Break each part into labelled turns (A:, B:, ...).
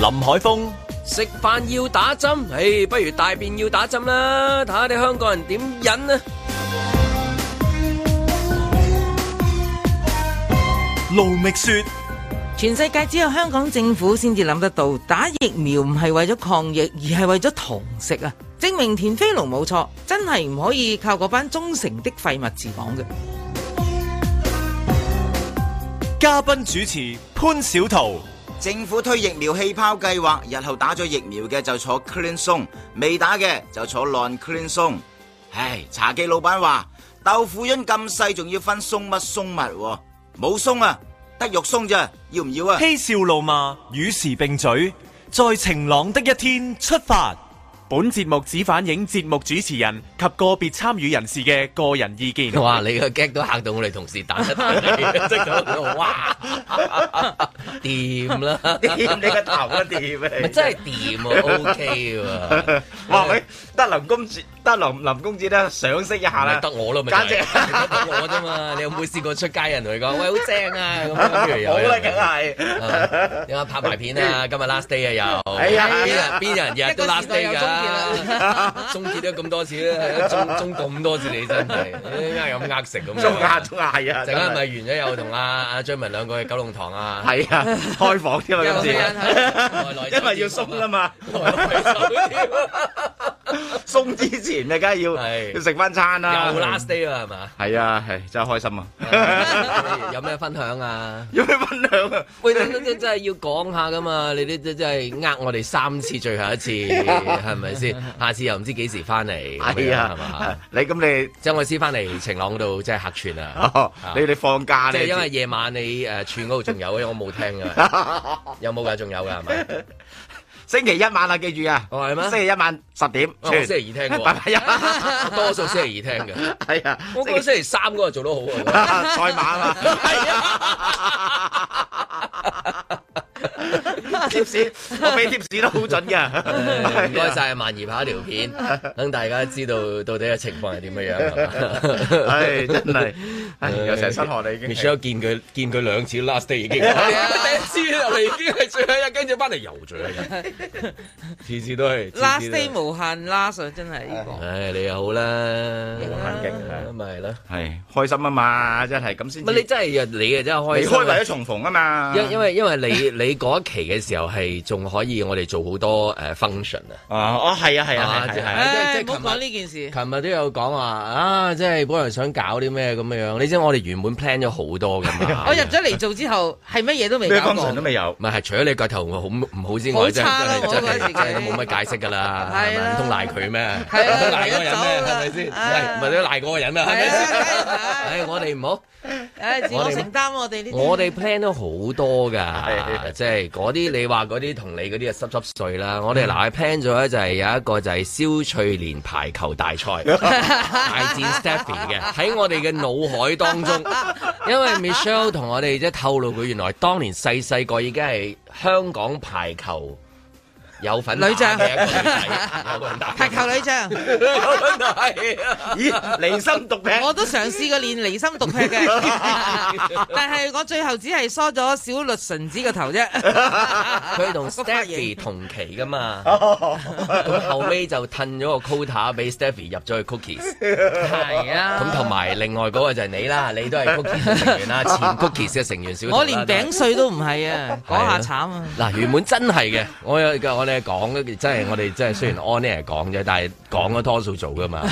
A: 林海峰、
B: 食飯要打針，唉，不如大便要打針啦，睇下你香港人點忍啊！
A: 盧覓雪，
C: 全世界只有香港政府先至諗得到，打疫苗唔係為咗抗疫，而係為咗堂食啊！證明田飛龍冇錯，真係唔可以靠嗰班忠誠的廢物治港嘅。
A: 嘉賓主持潘小桃，
D: 政府推疫苗氣泡計劃，日後打咗疫苗嘅就坐 clean 鬆，未打嘅就坐 non clean 鬆。唉，茶記老闆話豆腐潤咁細，仲要分鬆乜鬆物喎？冇鬆啊，得肉鬆咋？要唔要啊？
A: 嬉笑怒罵，與時並舉，在晴朗的一天出發。
E: 本節目只反映節目主持人及個別參與人士嘅個人意見。
B: 哇！你個 gag 都嚇到我哋同事彈一彈 嚟，即係咁哇！ 掂啦，
D: 掂你個頭啊！掂
B: 咪
D: 啊！
B: 真係掂喎，OK 喎，
F: 哇！喂，得林公子，得林林公子咧，賞識一下
B: 咪
F: 啦。
B: 得我咯，咪
F: 簡直
B: 就係 得我啫嘛！你有冇試過出街人同佢講喂好正啊咁 樣？譬如有
F: 好
B: 人
F: 啦，梗係
B: 啊有人拍埋片 啊，今日 last day 啊又，
F: 哎呀
B: 邊人邊人日日都
C: 一個
B: last
C: 時代
B: day
C: 又
B: 㗎， 終結咗咁多次啦， 中中過咁多次你真係，你呃咁呃食咁樣，
F: 中亞中亞啊，
B: 陣間咪完咗又同阿阿張文兩個去九龍塘啊，
F: 係啊，開房添啊，今次，因
B: 因
F: 為要鬆啦，嘛，
B: 又
F: 鬆之前啊，梗係要
B: 係
F: 要食翻餐啦。
B: last day 啦係 嘛？
F: 係啊，係真係開心啊！
B: 有咩分享啊？
F: 有咩分享啊？
B: 喂，真真真係要講下噶嘛？你啲真真係呃我哋三次，最後一次係咪 先？下次又唔知幾時翻嚟，
F: 係
B: 係
F: 啊
B: 嘛？，
F: 你咁
B: 即係我先翻嚟晴朗度，即係客串
F: 你
B: 啊！
F: 哦你你放假
B: 即係
F: 你
B: 因為夜晚你誒串嗰度仲有，因為我冇聽啊， 有冇㗎？仲有㗎係咪？
F: 星期一晚啊，記住啊，
B: 哦係咩
F: 星期一晚十點，
B: 我星期二 聽
F: 拜拜
B: 喎，
F: 啊，
B: 我多數星期二聽嘅。
F: 係啊，
B: 我覺得星期三嗰個做得好啊！
F: 賽馬啊嘛，貼士，我俾貼士都好準
B: 誒
F: 㗎，
B: 唔該晒啊萬兒拍一條 片，等大家知道到底嘅情況係點樣樣係嘛。
F: 唉，真係，唉，有成身汗啦已經。啊
B: Michelle 見佢見佢兩次 last day 已經，第一次入嚟已經係最後一日，跟住翻嚟又最後一日，次次都係。次次都
C: last
B: 係
C: day 無限 last 啊真係呢個。
B: 唉，你又好啦，
F: 限極
B: 咁咪係啦。
F: 係開心啊嘛，真係咁先
B: 唔係
F: 至。
B: 你真係你嘅真係
F: 離
B: 開心
F: 開
B: 啊。
F: 為咗重逢啊嘛，
B: 因因為因為你 你嗰一期嘅時候係仲可以我哋做好多誒 function 啊。
F: 啊，哦係啊係啊
B: 啊
F: 係啊係啊，
B: 唉
C: 唉，
B: 即係琴
C: 唔
B: 日
C: 好講呢件事。
B: 琴日都有講話啊，即係本來想搞啲咩咁樣，你知我哋原本 plan 咗好多噶 嘛。
C: 我入咗嚟做之後，係乜嘢都未
F: 咩
C: 搞
F: function 都
C: 過。
F: 未有，
B: 唔哎係，係除咗你個頭好唔好之
C: 好
B: 外，真
C: 差啦
B: 係真
C: 我覺得
B: 係
C: 自己
B: 真係冇乜解釋㗎啦，啊係
C: 係
B: 咪
C: 啦
B: 唔通賴佢咩？
C: 係啦
B: 唔通賴嗰個人咩？
C: 係啦走
B: 係
C: 啦
B: 咪先？
C: 啊
B: 唔係都賴嗰個人啊？係咪
C: 係啊
B: 先？
C: 梗係
B: 唉，我哋唔好，
C: 唉，哎自
B: 我
C: 我
B: 哋
C: 承擔啊我哋呢啲。
B: 我哋 plan 咗好多㗎，
F: 係
B: 即係嗰啲你話嗰啲同你嗰啲啊濕濕碎啦。我哋嗱 plan 咗咧就係有一個就係蕭翠蓮排球大 賽大戰 Stephy 嘅，喺我哋嘅腦海當 中，因為 Michelle 同我哋即係透露佢原來當年細細個已經係香港排球。有份打嘅
C: 女將
B: 一個女仔有份打
C: 排球女將，
B: 有份打係啊
F: 咦離心獨劈，
C: 我都嘗試過練離心獨劈嘅， 但係我最後只係梳咗小律唇子個頭啫。
B: 佢 同 Stephy 同期噶嘛，咁後尾就褪咗個 quota 俾 Stephy 入咗去 Cookies，
C: 係 啊
B: 咁同埋另外嗰個就係你啦，你都係 Cookies 嘅成員啦， 前 Cookies 嘅成員小童啦
C: 我連餅碎都唔係啊，
B: 係啊
C: 嗰下慘啊！
B: 嗱原本真係嘅，我有我哋講，真係我哋真係雖然 on air 講啫，但係講咗多數做噶 嘛，唔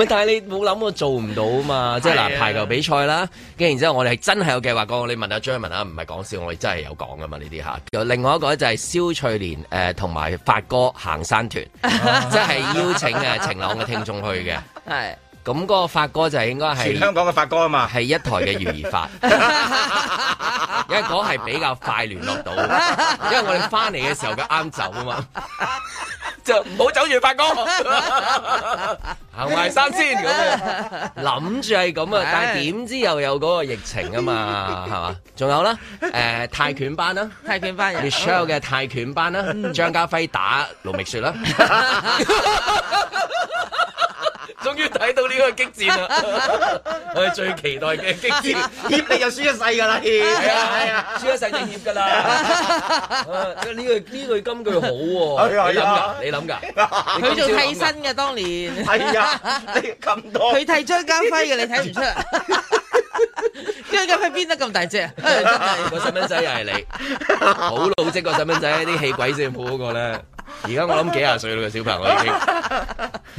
B: 係但係你冇諗過做唔到啊嘛，即係
F: 係
B: 嗱
F: 啊
B: 排球比賽啦，跟住然之後我哋係真係有計劃講，你問阿張文啊，唔係講笑，我哋真係有講噶嘛呢啲嚇。有另外一個咧就係蕭翠蓮誒同埋發哥行山 團，即係邀請誒晴朗嘅聽眾去嘅，
C: 係
B: 咁嗰個發哥就係應該
F: 全
B: 係。
F: 香港嘅發哥 啊嘛，
B: 係一台嘅餘兒 法，因為嗰係比較快聯絡到，因為我哋翻嚟嘅時候佢啱走啊嘛，就唔好走住發哥，行埋山先咁樣，諗住係咁啊，但係點知又有嗰個疫情啊嘛，係嘛？仲有啦，誒、泰拳班啊啦。
C: 泰拳班人
B: Michelle 嘅泰拳班啦，張家輝打盧覓雪啦，終於睇到呢個激戰啦！我哋最期待嘅激戰，
F: 你就輸一世㗎啦，
B: 係
F: 係
B: 啊係啊，輸一世就協㗎啦！啊呢句呢句金句好喎，
F: 係啊
B: 你
F: 係
B: 諗
F: 啊
B: 㗎，你諗㗎，
C: 佢做替
B: 你今朝諗㗎
C: 身嘅當年，
F: 係 啊，你咁多
C: 佢替張家輝嘅，你睇唔出 啊？張家輝邊得咁大隻啊？唉真係
B: 個細蚊仔又係你，好老積個細蚊仔，啲氣鬼先好嗰個咧。而家我諗幾廿歲啦個小朋友已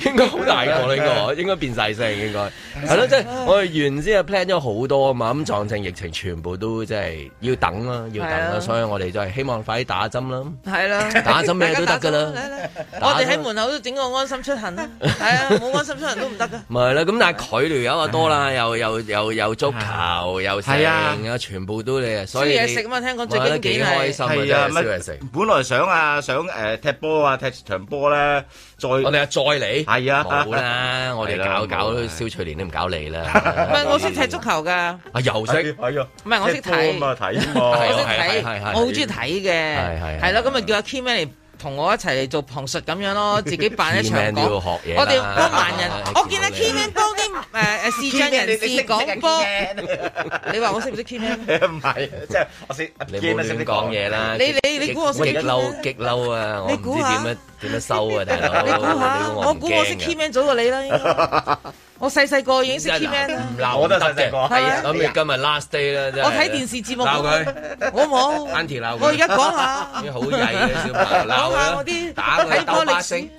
B: 經，應該好大個啦，應
C: 啊
B: 該應該變晒聲應該係咯，即係我哋原先係 plan 咗好多啊嘛，咁撞正疫情全部都即係要等啦，要等
C: 係啊
B: 啦，所以我哋就係希望快啲打針啦。
C: 係啦，
B: 打針咩都得㗎啦
C: 大家打針啦嚟嚟
B: 打
C: 我
B: 針
C: 哋喺門口都整個安心出行 啦，係啊，冇安心出行都唔得㗎。
B: 咪係啦，咁但係佢條友啊多啦，
C: 嗯
B: 又又又又足球，又
F: 係啊
B: 成啊，全部都你，
C: 燒
B: 所以
C: 嘢
B: 你
C: 食啊嘛，聽講
B: 我覺
C: 最
B: 得
C: 經
B: 幾
C: 典
B: 開
C: 係
B: 心啊，真
F: 係啊
B: 係
F: 乜
B: 燒嘢食。
F: 本來想啊，想誒踢波啊，踢場波咧，再
B: 我哋啊再嚟，
F: 係啊
B: 冇 啦，我哋
F: 係啦
B: 搞搞
F: 冇啦
B: 蕭翠蓮都唔搞你啦。
C: 唔係我識踢足球㗎，
B: 啊，又識
F: 係啊，
C: 唔係我識
F: 踢波啊嘛
C: 睇，
F: 睇
C: 我
B: 係
F: 喎，
C: 識
B: 啊係係係
C: 睇，
B: 係
C: 我好中意睇
B: 係係
C: 嘅，係咯，咁咪叫阿 Keyman 嚟同我一齊嚟做旁述咁樣咯，自己扮一場
B: Keyman 都要
C: 講
B: 學嘢。
C: 我哋幫盲人
B: 啊，
C: 我見阿
B: 你
C: Keyman 幫啲 誒誒視障人士
B: 啊
C: 講波， 你話我識唔識 Keyman？
F: 唔係，即係我識
B: 你冇亂講嘢啦！
C: 你你你估我識
B: 激
C: Keyman？
B: 嬲激嬲啊！我
C: 你
B: 唔
C: 估
B: 知
C: 下
B: 點樣點樣收 啊，大佬！
C: 你估下，
B: 你
C: 我
B: 唔
C: 估我
B: 驚
C: 識
B: 㗎啊
C: Keyman 早過你啦，應 該我細細個已經識 Keyman 啦。
B: 唔啊鬧
F: 我都
B: 得嘅，
F: 係細細個
B: 係啊！
C: 係
B: 咁
C: 啊
B: 你今日 last day 啦，真係
C: 我睇電視節目
B: 鬧佢
C: 我 冇。
B: ，Auntie 鬧佢
C: 我而家講下，
B: 啲好曳嘅小朋友鬧
C: 講下
B: 佢啦
C: 我啲，
B: 打佢
C: 睇波
B: 鬥
C: 歷
B: 把
C: 史
B: 聲，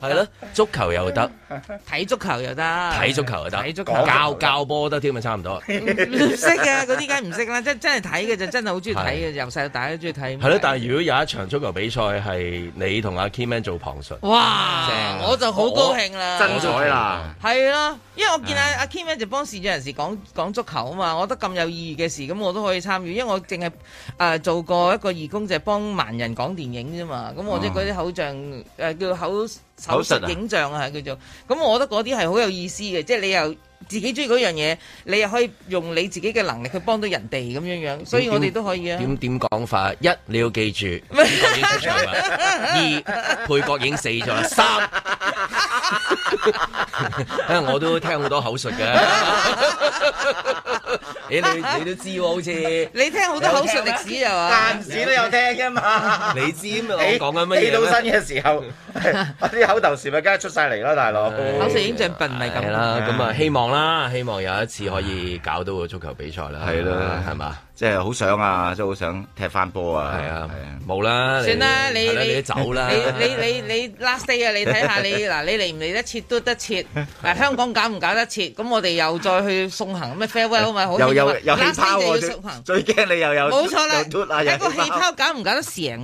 B: 係咯，足球又得，
C: 睇足球又得，
B: 睇足球又得，
C: 啊睇足球
B: 教教波得添啊，差唔多。係
C: 唔識嘅嗰啲梗唔識啦，真真係睇嘅就真係好中意睇嘅，由細到大都中意睇。
B: 咯，但係如果有一場足球比賽係你同阿 Keyman 做旁述，
C: 哇
B: 正，啊
C: 我就好高興
F: 真
C: 啦。
F: 彩啦！
C: 係啦，因為我見阿阿 Kim 咧就幫視障人士講講足球啊嘛，我覺得咁有意義嘅事，咁我都可以參與，因為我淨係誒做過一個義工，就係幫盲人講電影啫嘛，咁我即係嗰啲口像誒、呃叫口手
F: 口述
C: 術
F: 啊
C: 影像啊，叫做，咁我覺得嗰啲係好有意思嘅，即係你又自己中意嗰樣嘢，你又可以用你自己嘅能力去幫到人哋咁樣樣，所以我哋都可以啊。
B: 點點講法？一你要記住，配角已經出場啦；二配角已經死咗啦；三， 因為我都聽好多口述嘅，你你你都知喎，好 似
C: 你聽好多口述歷史啊係嘛
F: 間？時都有聽㗎嘛。
B: 你知嘛我
F: 你
B: 講緊乜
F: 起到
B: 嘢
F: 身嘅時候，我啲口頭禪咪梗係出晒嚟啦，大佬。
B: 唉
C: 口述影像笨唔係
B: 係
C: 咁。
B: 啦，咁啊希望啦，希望有一次可以搞到個足球比賽啦，
F: 係啦
B: 係嘛，
F: 即係好想啊，即係好想踢翻波啊！
B: 係啊，冇啦，
C: 算啦你
B: 係啦
C: 你
B: 你都走啦，
C: 你 你你你 last day 啊！你睇下你嗱，你嚟唔嚟得切都得切，誒香港搞唔搞得切？咁我哋又再去送行咩 farewell 咪好
F: 又有
C: 興奮啊
F: 有氣
C: last day
F: 泡
C: 就
F: 喎，
C: 要送行。
F: 最最驚你又有
C: 冇錯啦，
F: 又嘟啊，又
C: 睇個氣泡搞唔搞得成 先。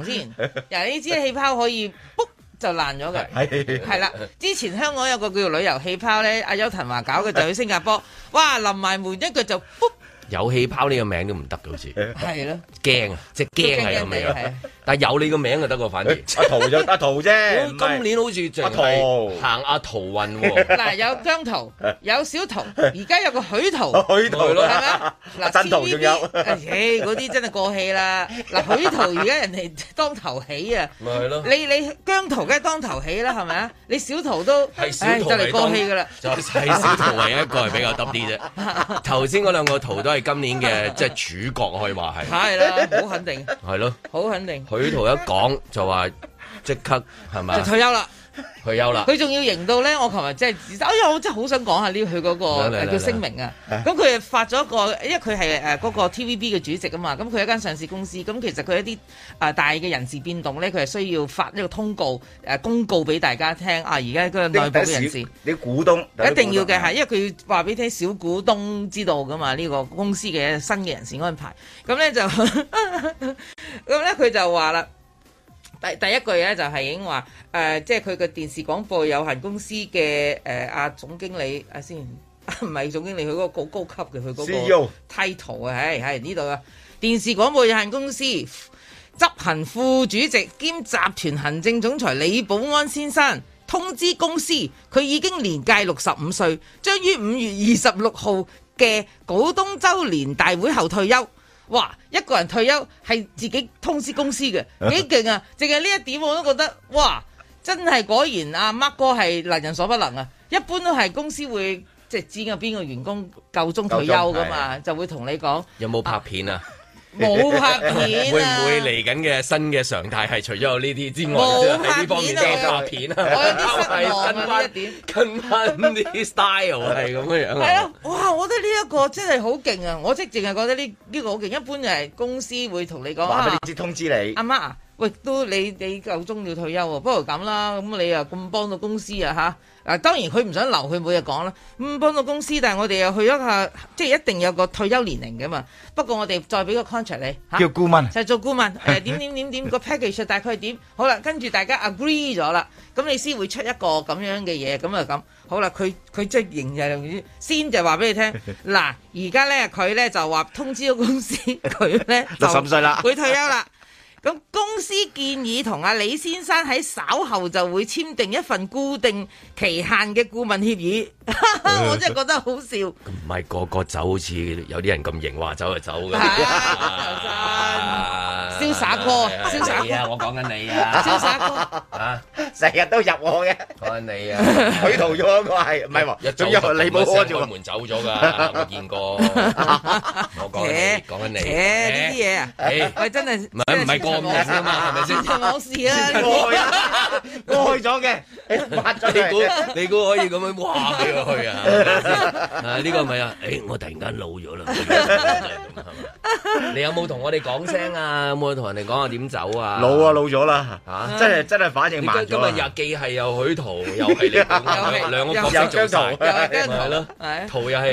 C: 嗱，你知氣泡可以卜就爛咗嘅。
F: 係
C: 係啦，之前香港有個叫旅遊氣泡咧，阿邱騰華搞嘅就去新加 坡，哇！臨埋門一腳就卜，
B: 有氣泡呢個名都唔得，好似
C: 係咯，
B: 驚啊，即係驚係咁
C: 都驚驚地係
B: 樣，但係有你個名就得喎，反而。哦
F: 阿陶就阿陶啫，唔係
B: 今年好似淨
F: 阿陶
B: 係行阿陶運 喎，
C: 嗱有姜圖，有小圖，而家有個許圖。
F: 去到
B: 係咯
F: 啦
C: 係，咪？
F: 阿真圖仲有
C: CVB 唉，嗰啲真係過氣啦。嗱，許圖而家人哋當頭起啊！
B: 咪係咯，
C: 你你姜圖梗係當頭起啦，係咪啊？你小圖都
B: 係小
C: 唉
B: 陶
C: 就嚟過氣噶
B: 㗎
C: 啦。，
B: 就係小陶唯一一個係比較得啲 啫。頭先嗰兩個圖都係今年嘅即係主角，可以話係
C: 係啦，好肯定，
B: 係咯。
C: 好肯定，
B: 許圖一講就話即刻係咪
C: 就
B: 啊
C: 退休啦。
B: 退休啦？
C: 佢仲要型到咧，我琴日真係指責，哎呀，我真係好想講下呢佢嗰個
B: 嚟嚟
C: 誒
B: 嚟
C: 叫聲明啊。咁佢發咗一個，因為佢係誒嗰個 TVB 嘅主席啊嘛，咁佢一間上市公司，咁其實佢一啲誒大嘅人事變動咧，佢係需要發一個通告誒公告俾大家聽啊，而家嗰個內部嘅人士。
F: 你股東
C: 一定要嘅係，因為佢要話俾你聽小股東知道噶嘛，呢、個公司嘅新嘅人事安排。咁咧就 咁咧，佢就話啦，第第一句咧就係已經話誒、呃即係佢嘅電視廣播有限公司嘅誒阿總經理啊先， 唔係總經理，佢嗰個好高級嘅，佢嗰
F: CEO
C: 個 title 啊，係係呢度啊，電視廣播有限公司。執行副主席兼集團行政總裁李寶安先生通知公司，佢已經年屆六十五歲，將於五月二十六號嘅股東周年大會後退休。哇！一 個人退休係自己通知公司嘅，幾勁啊！淨係呢一點我都覺得哇！真係果然阿 Mark 哥係能人所不能啊！一般都係公司會即係知啊邊個員工夠鐘退休噶嘛，就會同你講
B: 有冇拍片啊？
C: 冇 拍
B: 會
C: 片
B: 唔
C: 啊！
B: 會嚟緊嘅新嘅常態係除咗有呢啲之外，
C: 冇
B: 即係喺呢方面都有拍
C: 拍
B: 片啊？
C: 我有啲失望啊呢一點。
B: 跟翻啲 style 係咁
F: 嗯
B: 樣樣
C: 係啊，哇！我覺得呢一個真係好勁啊！我即係淨係覺得呢呢個好勁，一般就係公司會同你講
F: 話俾
C: 啊
F: 你，知通知你
C: 阿。媽啊，喂，都你你夠鐘要退休喎，不如咁啦，咁你又咁幫到公司啊吓，嗱，當然佢唔想留，佢每日講啦，咁幫到公司，但係我哋又去咗下，即係一定有個退休年齡嘅嘛。不過我哋再俾個 contract 你吓。
F: 叫顧 問，
C: 就係做顧問， 誒點點點點個 package 大概係點，好啦，跟住大家 agree 咗啦，咁你先會出一個咁樣嘅嘢，咁啊咁，好啦，佢佢即係仍然係先就話俾 你聽，嗱，而家咧佢咧就話通知咗公司， 佢咧就
F: 65歲啦
C: 會退休啦。咁公司建議同阿李先生喺稍後就會簽訂一份固定期限嘅顧問協議， 我真係覺得好笑。
B: 唔係個個走，好似有啲人咁型話走就走嘅。
C: 係
B: 啊
C: 瀟灑哥
B: 係啊
C: 瀟灑哥
B: 你啊！我講緊你啊！
C: 瀟灑哥，
B: 啊，
F: 成日都入我嘅，
B: 講緊你啊！
F: 佢逃咗我係，唔係
B: 一走
F: 喎？仲
B: 就
F: 有你冇開住
B: 開
F: 我，
B: 門走咗㗎，我見過。我講緊你， 講緊你。
C: 扯呢啲嘢啊！
B: 誒
C: 喂，真係
B: 唔係唔係過五年啊嘛，係 咪先？
C: 就我事啦，呢個
F: 我開啊我開咗嘅，抹咗
B: 你
F: 佢
B: 估你估可以咁樣哇俾佢去啊？係 咪先啊呢個咪啊？誒，我突然間老咗啦，啊係嘛你有冇同我哋講聲啊？有冇同人哋講下點走啊？
F: 老啊，老咗啦，
B: 啊
F: 真係真係反應
B: 你
F: 慢
B: 今
F: 咗
B: 日
F: 啊。
B: 又既係又許圖，又係你兩兩 個角色做晒，
C: 又係姜
B: 咪係咯
C: 濤，係
B: 圖又係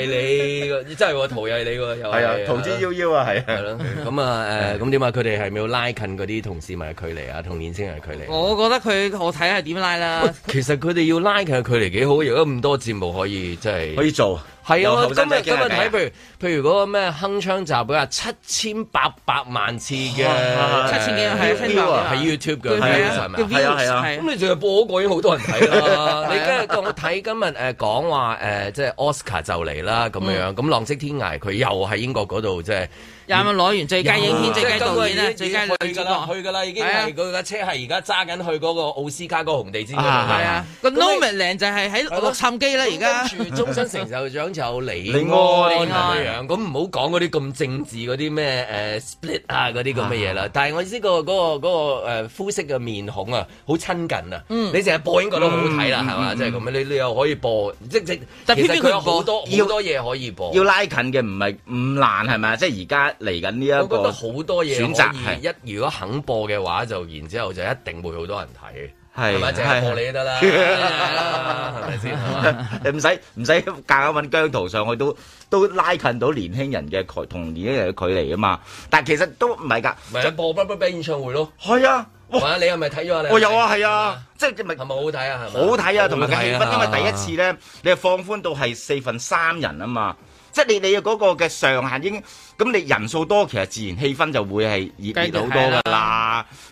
B: 你，真係喎，圖又係你喎，又
F: 係
B: 係
F: 啊，逃之夭夭啊，係
B: 係
F: 啊。
B: 咯，咁啊誒，咁點啊？佢哋係咪要拉近嗰啲同市民嘅距離啊，同年青人嘅距離啊？
C: 我覺得佢我睇係點拉啦，
B: 其實佢哋要拉近嘅距離幾好，如果咁多節目可以即
F: 可
B: 係。
F: 以做，
B: 係
F: 有
B: 啊，
F: 後
B: 今
F: 生
B: 日
F: 仔
B: 今日
F: 傾下偈
B: 睇，
F: 啊
B: 譬如譬如嗰個咩鏗鏘集會啊，七千八百萬次嘅
C: 七千幾
B: 呃
C: 係啊，千八
F: 標
B: 喺 YouTube 嘅
C: 係
B: views 係
C: 啊，
B: 咪
C: 叫
B: 啊
C: views
F: 係啊
B: 咁你淨係播嗰個已經好多人睇 啦。你
C: 係
B: 跟
C: 啊
B: 住我睇今日誒講話誒，即係 Oscar 就嚟啦咁
C: 嗯
B: 樣。咁《浪跡天涯》佢又喺英國嗰度即係
C: 廿蚊攞完最佳影片、最佳導演啊、最佳女
B: 去
C: 主
B: 㗎啦，去
C: 角，
B: 㗎啦，已經
C: 係啊
B: 係佢架車係而家揸緊去嗰個奧斯卡嗰個紅地氈嗰度
F: 啊
C: 係啊，個
B: 咁你
C: Nomadland 就係喺洛杉磯啦，而家
B: 跟住終身成就獎就李
F: 李安
B: 咁樣，咁唔好講嗰啲咁政治嗰啲咩誒 split 啊嗰啲咁嘅嘢啦。但係我意思個嗰個嗰個誒膚色嘅面孔啊，好親近啊。
C: 嗯
B: 你淨係播已經覺得好好睇啦，係嘛？即係咁樣，你你又可以播，即即
C: 但
B: 其實
C: 偏偏
B: 佢
C: 佢
B: 有
C: 唔播
B: 好多好
F: 要
B: 多嘢可以播。
F: 要拉近嘅唔係唔難係咪啊？即係而家嚟緊呢
B: 我
F: 一
B: 覺得
F: 個
B: 好多嘢
F: 選擇
B: 可以一如果肯播嘅話，就然之後就一定會好多人睇。
F: 係
B: 係咪？淨係播你都得啦，
F: 係
B: 係啦係咪先？係嘛
F: 你 唔使唔使夾硬揾姜圖上去都都拉近到年輕人嘅距同年輕人嘅距離啊嘛！但係其實都唔係㗎，
B: 咪播 b u b b 演唱會咯。
F: 係啊，哇！
B: 哇！你係咪睇咗啊？
F: 我有啊，係啊，即係咪
B: 係咪好睇啊？係咪
F: 好睇啊？同埋個氣
B: 好睇啊
F: 氛，因為第一次咧，你係放寬到係四分三人啊嘛，即係你你嗰個嘅上限已經咁，你人數多，其實自然氣氛就會係熱烈好多㗎啦。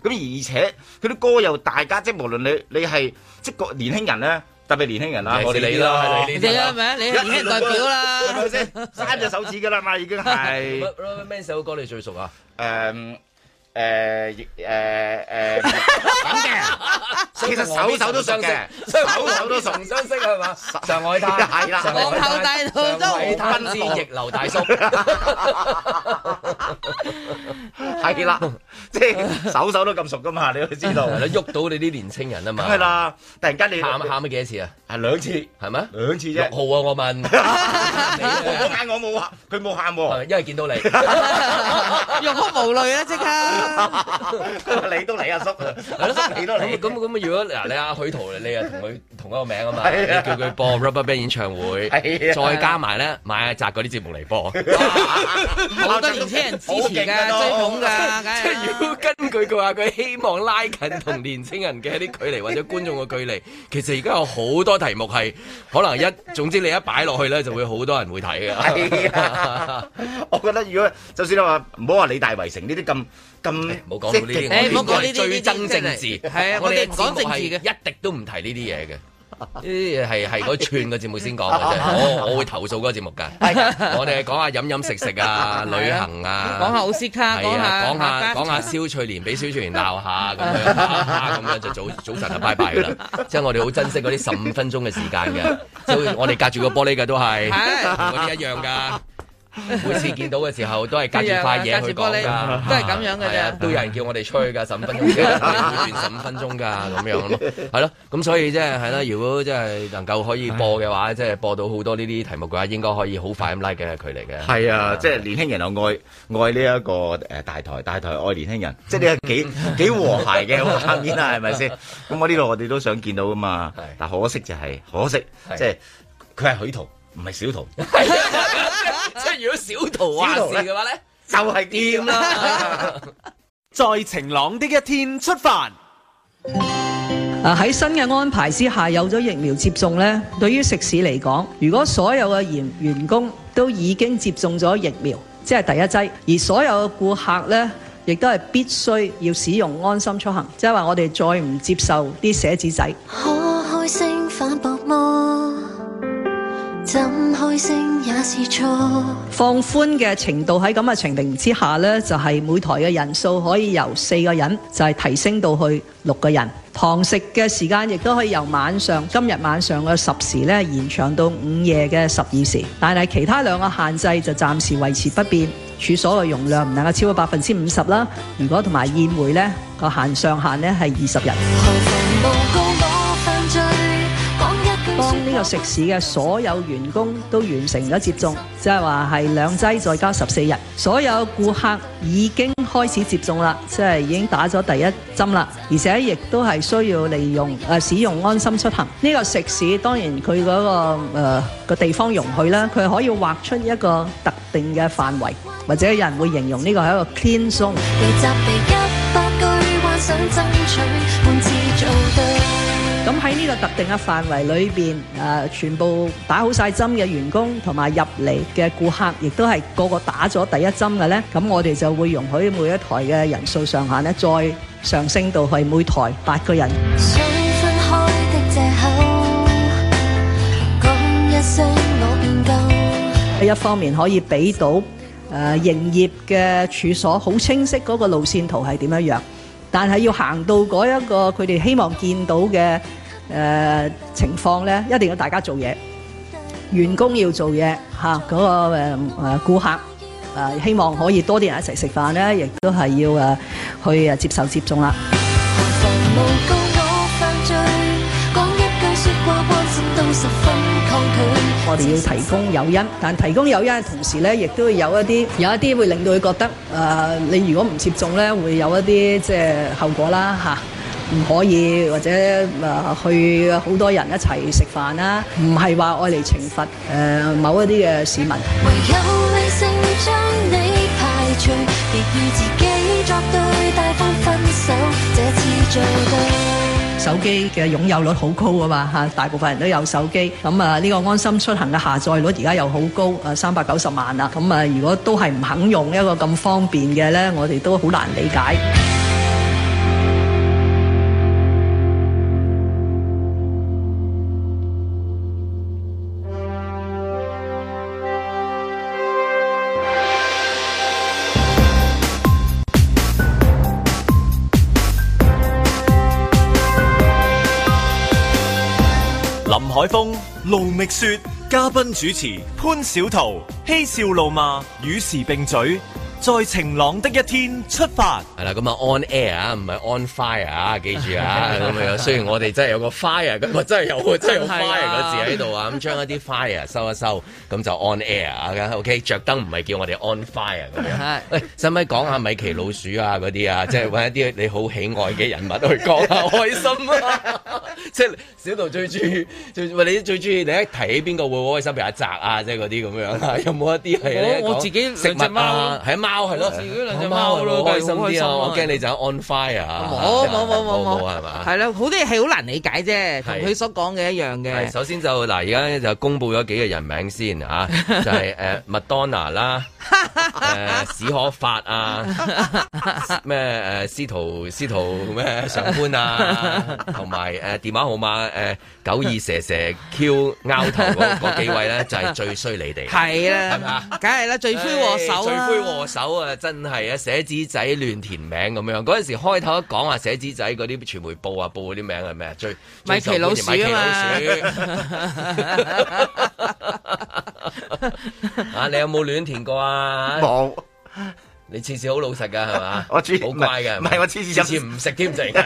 F: 咁而且佢啲歌又大家即係無論你你係即係個年輕人咧，特別年輕人啦，
B: 尤
F: 我
B: 其
F: 哋
B: 是你
F: 呢啲
B: 啦
F: 啦
B: 係。你
C: 你係咪啊？你係年輕代表
F: 係咪
C: 啦，
F: 先？三隻手指噶啦嘛，已經係
B: 乜乜咩首歌你最熟啊？
F: 誒誒誒誒咁嘅，其實首首都熟嘅，首首都熟。
B: 唔相識係嘛？上海灘
F: 係啊啦
B: 上海灘
C: 皇后大道中
B: 上海灘之逆流大叔，
F: 係啦，即係首首都咁熟噶嘛，你都知道。
B: 係啦，喐到你啲年青人啊嘛。
F: 梗係，啦，突然間你
B: 喊喊咗幾多次啊？
F: 係兩次，
B: 係咪？
F: 兩次
B: 六
F: 啫。
B: 號啊！我問，
F: 我嗌我冇喊，佢冇喊喎，
B: 因為見到你，
C: 欲哭無淚 啦，即刻
F: 佢話你都嚟阿叔，
B: 係咯，
F: 你都
B: 咁
F: 嚟。
B: 咁咁，如果嗱你阿許圖，你又同佢同一個名啊嘛，你
F: 係啊
B: 叫佢播 Rubberband 演唱會，
F: 係啊
B: 再加埋咧買阿澤嗰啲節目嚟播。
C: 好多年青人支持㗎，追捧㗎，梗
B: 即係如
C: 係啦
B: 果根據佢話，佢希望拉近同年青人嘅一啲距離或者觀眾嘅距離，其實而家有好多題目係可能 一，總之你一擺落去咧，就會好多人會 睇嘅。
F: 係啊，我覺得如果就算你話唔好話李大圍城呢啲咁 咁，
B: 唔好講到呢
F: 即係
B: 啲，
C: 誒唔好講呢啲
B: 我哋最憎政治。
C: 係
B: 我哋
C: 啊我哋唔講政治嘅
B: 節目係 一滴都唔提呢啲嘢嘅。呢啲嘢係係嗰串個節目先講嘅啫，我我會投訴嗰個節目㗎。我哋講下飲飲食食 啊，旅行啊，
C: 講下奧斯卡，
B: 係
C: 講
B: 啊，
C: 下
B: 講下
C: 家
B: 講下蕭翠蓮俾蕭翠蓮鬧下咁樣，下咁樣就早早晨就啊拜拜 㗎啦。即係我哋好珍惜嗰啲十五分鐘嘅時間嘅，即係我哋隔住個玻璃嘅都係，
C: 係
B: 嗰啲一樣㗎。每次見到嘅時候都係隔住
C: 一樣啊
B: 塊嘢
C: 隔
B: 去
C: 住
B: 講
C: 玻璃
B: 㗎，
C: 都係咁樣㗎啫
B: 係啊都有人叫我哋出去㗎，十五分 鐘，每段十五分鐘㗎咁樣咯，係咯。咁所以即係係啦，如果即係能夠可以播嘅話，即係播到好多呢啲題目嘅話，應該可以好快咁拉嘅距離嘅。
F: 係啊，即係年輕人又愛愛呢一個誒大台，大台愛 年輕人，即係呢個幾幾和諧嘅畫面啊，係咪先？咁我呢度我哋都想見到噶嘛
B: 係，
F: 但可惜就係可惜，
B: 係
F: 即係佢係許圖，唔係 小圖，
B: 即係如果小圖話事嘅話咧，
F: 就係掂 啦。
E: 在晴朗的一天出發。
G: 啊喺新嘅安排之下，有咗疫苗接種呢，對於食肆嚟講，如果所有嘅員員工都已經接種咗疫苗，即係第一劑，而所有嘅顧客呢，亦都係必須要使用安心出行，即係話我哋再唔接受啲寫紙仔。
H: 可開聲反駁麼？怎開聲也是錯。
G: 放寬嘅程度喺咁嘅情形之下呢，就係、每台嘅人數可以由四個人就係、提升到去六個人。堂食嘅時間亦都可以由晚上今日晚上嘅十時呢延長到午夜嘅十二時，但係其他兩個限制就暫時維持不變。處所嘅容量唔能夠超過百分之五十啦。如果同埋宴會呢個限上限呢係二十人。
H: 何妨诬告我犯罪？講
G: 當
H: 一句
G: 呢個食肆嘅所有員工都完成咗接種，即係話係兩劑再加十四日，所有顧客已經開始接種啦，即係已經打咗第一針啦，而且亦都係需要利用誒、呃使用安心出行。呢、個食肆當然佢嗰、個誒、呃個地方容許啦，佢可以畫出一個特定嘅範圍，或者有人會形容呢個係一個 clean zone。
H: 被責備一百句，幻想爭取半次做對。
G: 咁喺呢個特定嘅範圍裏邊，誒、啊全部打好晒針嘅員工同埋入嚟嘅顧客，亦都係個個打咗第一針嘅呢。咁我哋就會容許每一台嘅人數上限呢，再上升到去每台八個人。
H: 想分開的藉口，講一聲我便夠。
G: 一方面可以俾到誒、呃、營業嘅處所好清晰嗰個路線圖係點樣樣，但係要行到嗰一個佢哋希望見到嘅誒、呃情況呢，一定要大家做嘢，員工要做嘢嚇，嗰、個誒誒、呃、顧客誒、呃希望可以多啲人一齊食飯呢，亦都係要誒、呃去誒接受接種啦。
H: 何妨诬告我犯罪？講一句説話，關心到十分抗拒。
G: 我哋要提供誘因，但提供誘因嘅同時咧，亦都要有一啲有一啲會令到佢覺得誒、呃你如果唔接種咧，會有一啲即係後果啦嚇。唔可以或者誒、呃去好多人一齊食飯啦，唔係話愛嚟懲罰誒、呃某一啲嘅市民。
H: 唯有理性將你排除，別與自己作對，大方分手，這次做對。
G: 手機嘅擁有率好高啊嘛嚇，大部分人都有手機，咁啊呢個安心出行嘅下載率而家又好高，啊三百九十萬啦，咁啊如果都係唔肯用一個咁方便嘅呢，我哋都好難理解。
A: 林海峰、卢觅雪，嘉賓主持潘小桃，嬉笑怒罵，與時並舉，在晴朗的一天出發。
B: 係啦，咁啊 on air 啊，唔係 on fire 啊，記住 啊，咁樣。雖然我哋真係有個 fire，咁啊真係 有真係有 fire 個字喺度啊，咁將一啲 fire 收一收，咁就 on air 啊，OK，着燈唔係叫我哋 on fire 咁樣
C: 係。
B: 喂，使唔使講下米奇老鼠啊嗰 啲啊？即係揾一啲你好喜愛嘅人物去講下開心啊！ 即係小道最中意，最喂你最中意，你一提起邊個會好開心？譬如阿澤啊，即係嗰啲咁樣啊，有冇一啲係
C: 我我自己
B: 食
C: 兩隻
B: 物
C: 貓
B: 啊，係啊貓貓係咯，
C: 自己兩隻貓咯
B: 開心
C: 梗係好
B: 啲
C: 開心
B: 啊！
C: 啊
B: 我驚你就 on fire 啊！
C: 冇冇冇冇
B: 冇
C: 冇
B: 係嘛？
C: 係啦，好多嘢係好難理解啫，同佢所講嘅一樣
B: 係，
C: 嘅。
B: 首先就嗱，而家就公布咗幾個人名先嚇、 啊就係誒麥當娜啦，誒、史可法 啊，咩誒司徒司徒咩上官 啊，同埋誒電話號碼誒九二蛇蛇 Q 拗頭 嗰嗰幾位咧，就係、最衰你哋。
C: 係啦，梗係啦，罪魁禍首
B: 唉
C: 啦。
B: 罪魁禍首啊！真係啊，寫紙仔亂填名咁樣。嗰陣時開頭一講話寫紙仔嗰啲傳媒報啊，報嗰啲名係咩啊？最
C: 米奇老鼠啊嘛
B: 最受歡迎米奇老鼠啊！你有冇亂填過啊？
F: 冇，
B: 你次次好老實㗎係嘛？
F: 我知
B: 好乖㗎，
F: 唔係我次次
B: 次
F: 有
B: 次唔食添就 係咁。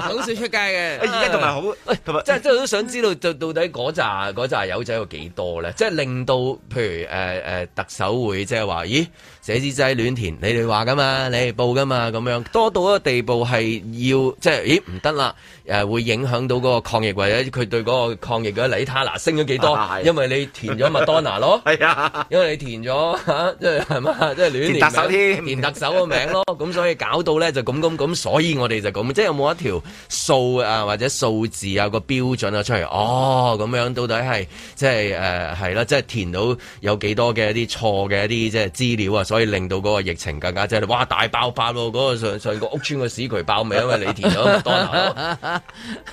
C: 好少出街嘅。
F: 而家同埋好，同埋
B: 即係即係都想知道到到底嗰扎嗰扎友仔有幾多咧？即係令到譬如誒誒、呃特首會即係話，咦寫紙仔亂填，你哋話噶嘛，你哋報噶嘛咁樣，多到一個地步係要即係咦唔得啦誒，會影響到嗰個抗疫或者佢對嗰個抗疫嘅利他嗱升咗幾多？
F: 啊係
B: 因為你填咗麥當娜咯。
F: 係啊，
B: 因為你填咗 嚇，即係係嘛，即係亂
F: 填特首
B: 填
F: 添
B: 名填特首個名咯，咁所以搞到咧就咁咁咁，所以我哋就咁，即係有冇一條數啊或者數字啊個標準啊出嚟？哦，咁樣到底係即係誒係啦，即係填到有幾多嘅一啲錯嘅一啲即係資料啊，所以令到嗰個疫情更加即係哇大爆發咯，嗰、個上上個屋村個市渠爆名，因為你填咗麥當勞。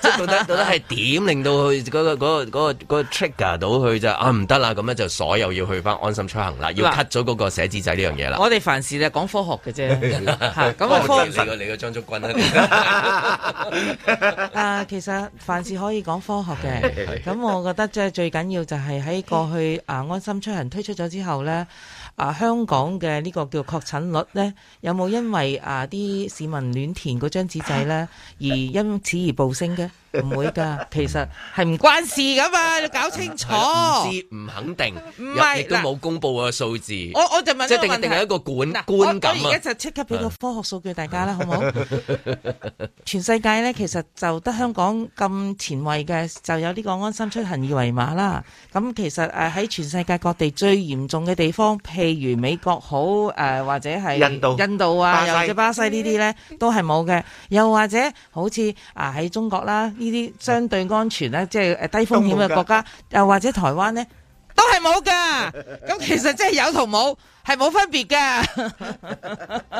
B: 即係到 底到底係點令到佢嗰、個嗰、個嗰、個嗰、個 trigger 到佢就啊唔得啦，咁咧就所有要去翻安心出行啦，要
C: 嗱
B: cut 咗嗰個寫字仔呢樣嘢啦。
C: 我哋凡事就講科學嘅啫，嚇咁啊
B: 我
C: 科
B: 知你個你個張竹君啊，
C: 啊，其實凡事可以講科學
B: 係
C: 嘅，咁我覺得即係最緊要就係喺過去啊安心出行推出咗之後呢，啊香港嘅呢個叫確診率呢，有冇因為啊啲市民亂填嗰張紙仔呢，而因此而暴升嘅？唔會㗎，其實係唔關事噶嘛，你搞清楚。
B: 你唔知唔肯定，
C: 哦唔
B: 又
C: 係
B: 亦都
C: 嗱
B: 冇公佈個數字，即
C: 我我就
B: 係
C: 問一個
B: 定
C: 問題
B: 定係一個管
C: 嗱我
B: 觀感
C: 我而
B: 啊。
C: 家就即刻俾個科學數據 大家啦，好唔好？全世界咧，其實就得香港咁前衛嘅，就有呢個安心出行二維碼啦。咁其實誒喺全世界各地最嚴重嘅地方，譬如美國好誒、呃或者係
F: 印度
C: 印度啊，
F: 巴西
C: 又或者巴西呢啲咧，都係冇嘅。又或者好似啊喺中國啦，呢啲相對安全咧，即係誒低風險嘅國家，又或者台灣咧。都係冇噶， 咁其實即係有同冇係冇分別噶，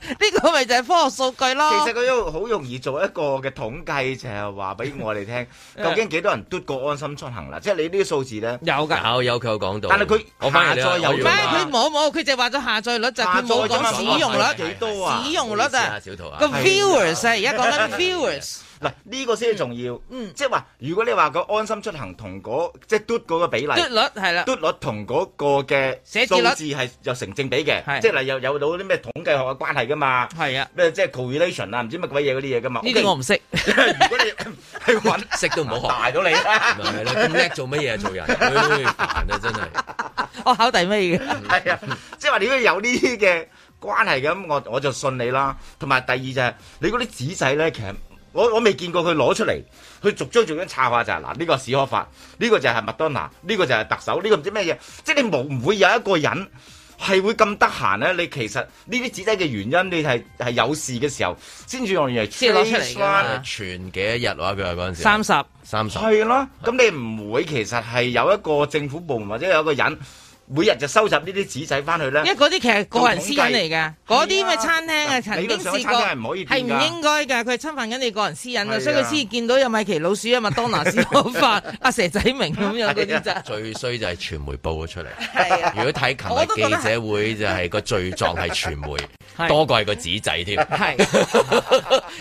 C: 呢個咪就係科學數據咯。
F: 其實佢都好容易做一個嘅統計，就係話俾我哋 聽，究竟幾多人嘟過安心出行啦？即係你呢啲數字咧，
C: 有㗎，
B: 有有佢有講到，
F: 但係佢
B: 我翻嚟啦
F: 下載有
B: 我
C: 唔
B: 要啊
C: 係
B: 啦
C: 佢冇冇，佢就話咗下載率就佢冇
F: 下載㗎嘛
C: 講使用率，
F: 幾多啊
C: 使用率
B: 唔好意思
C: 啊，
B: 小桃啊
C: 個 viewers 啊，而家講緊 viewers，
F: 嗱呢個先係重要。
C: 嗯
F: 即係話，如果你話個安心出行同嗰即係嘟嗰個比例。
C: 嘟率係 啦，
F: 嘟率同嗰個嘅
C: 寫字率
F: 數字係有成正比
C: 係
F: 嘅，即係嗱有有到啲咩統計學嘅關係噶嘛，
C: 係啊，
F: 咩即係 correlation 啊，唔知乜鬼嘢嗰啲嘢噶嘛。
C: 呢啲我唔識，
F: OK，如果你去揾
B: 識都唔好學，
F: 大到你
B: 咪係咯，咁叻做乜嘢啊？ 做人，唉煩啊真係。
C: 我考第尾嘅，
F: 係啊，即係話你如果有呢啲嘅關係咁， 我我就信你啦。同埋第二就係、你嗰啲紙仔咧，其實我我未見過佢攞出嚟，佢逐張逐張抄下就係嗱，呢、個史可法，呢、個就係麥當娜，呢、個就係特首，呢、個唔知咩嘢，即係你冇唔會有一個人。係會咁得閒咧？你其實呢啲紙仔嘅原因，你係係有事嘅時候先至用嚟
C: 先攞出嚟
F: trace
C: 㗎
F: 啦
C: 嘛
B: 全幾多日話佢話嗰陣時？啊
C: 三十
B: 三十。
F: 係咯，咁你唔會其實係有一個政府部門或者有一個人每日就收集呢啲紙仔翻去咧
C: 因。為嗰啲其實個人私隱嚟㗎，嗰啲咩餐廳啊
F: 嗱
C: 曾
F: 理
C: 經
F: 論上
C: 試
F: 餐
C: 過
F: 廳係唔可以
C: 係
F: 掂
C: 唔
F: 㗎
C: 應該㗎，佢係侵犯緊你個人私隱
F: 係
C: 啊，
F: 啊
C: 所以佢先見到有米奇老鼠啊、麥當娜斯可法、阿蛇仔明咁樣嗰啲咋，
B: 最衰就係傳媒報咗出嚟。
C: 啊係啊
B: 如果睇
C: 我都
B: 琴日
C: 覺得
B: 記
C: 係
B: 者會就係個罪狀係傳媒，
C: 係
F: 啊
B: 多過係個紙仔添。
C: 係。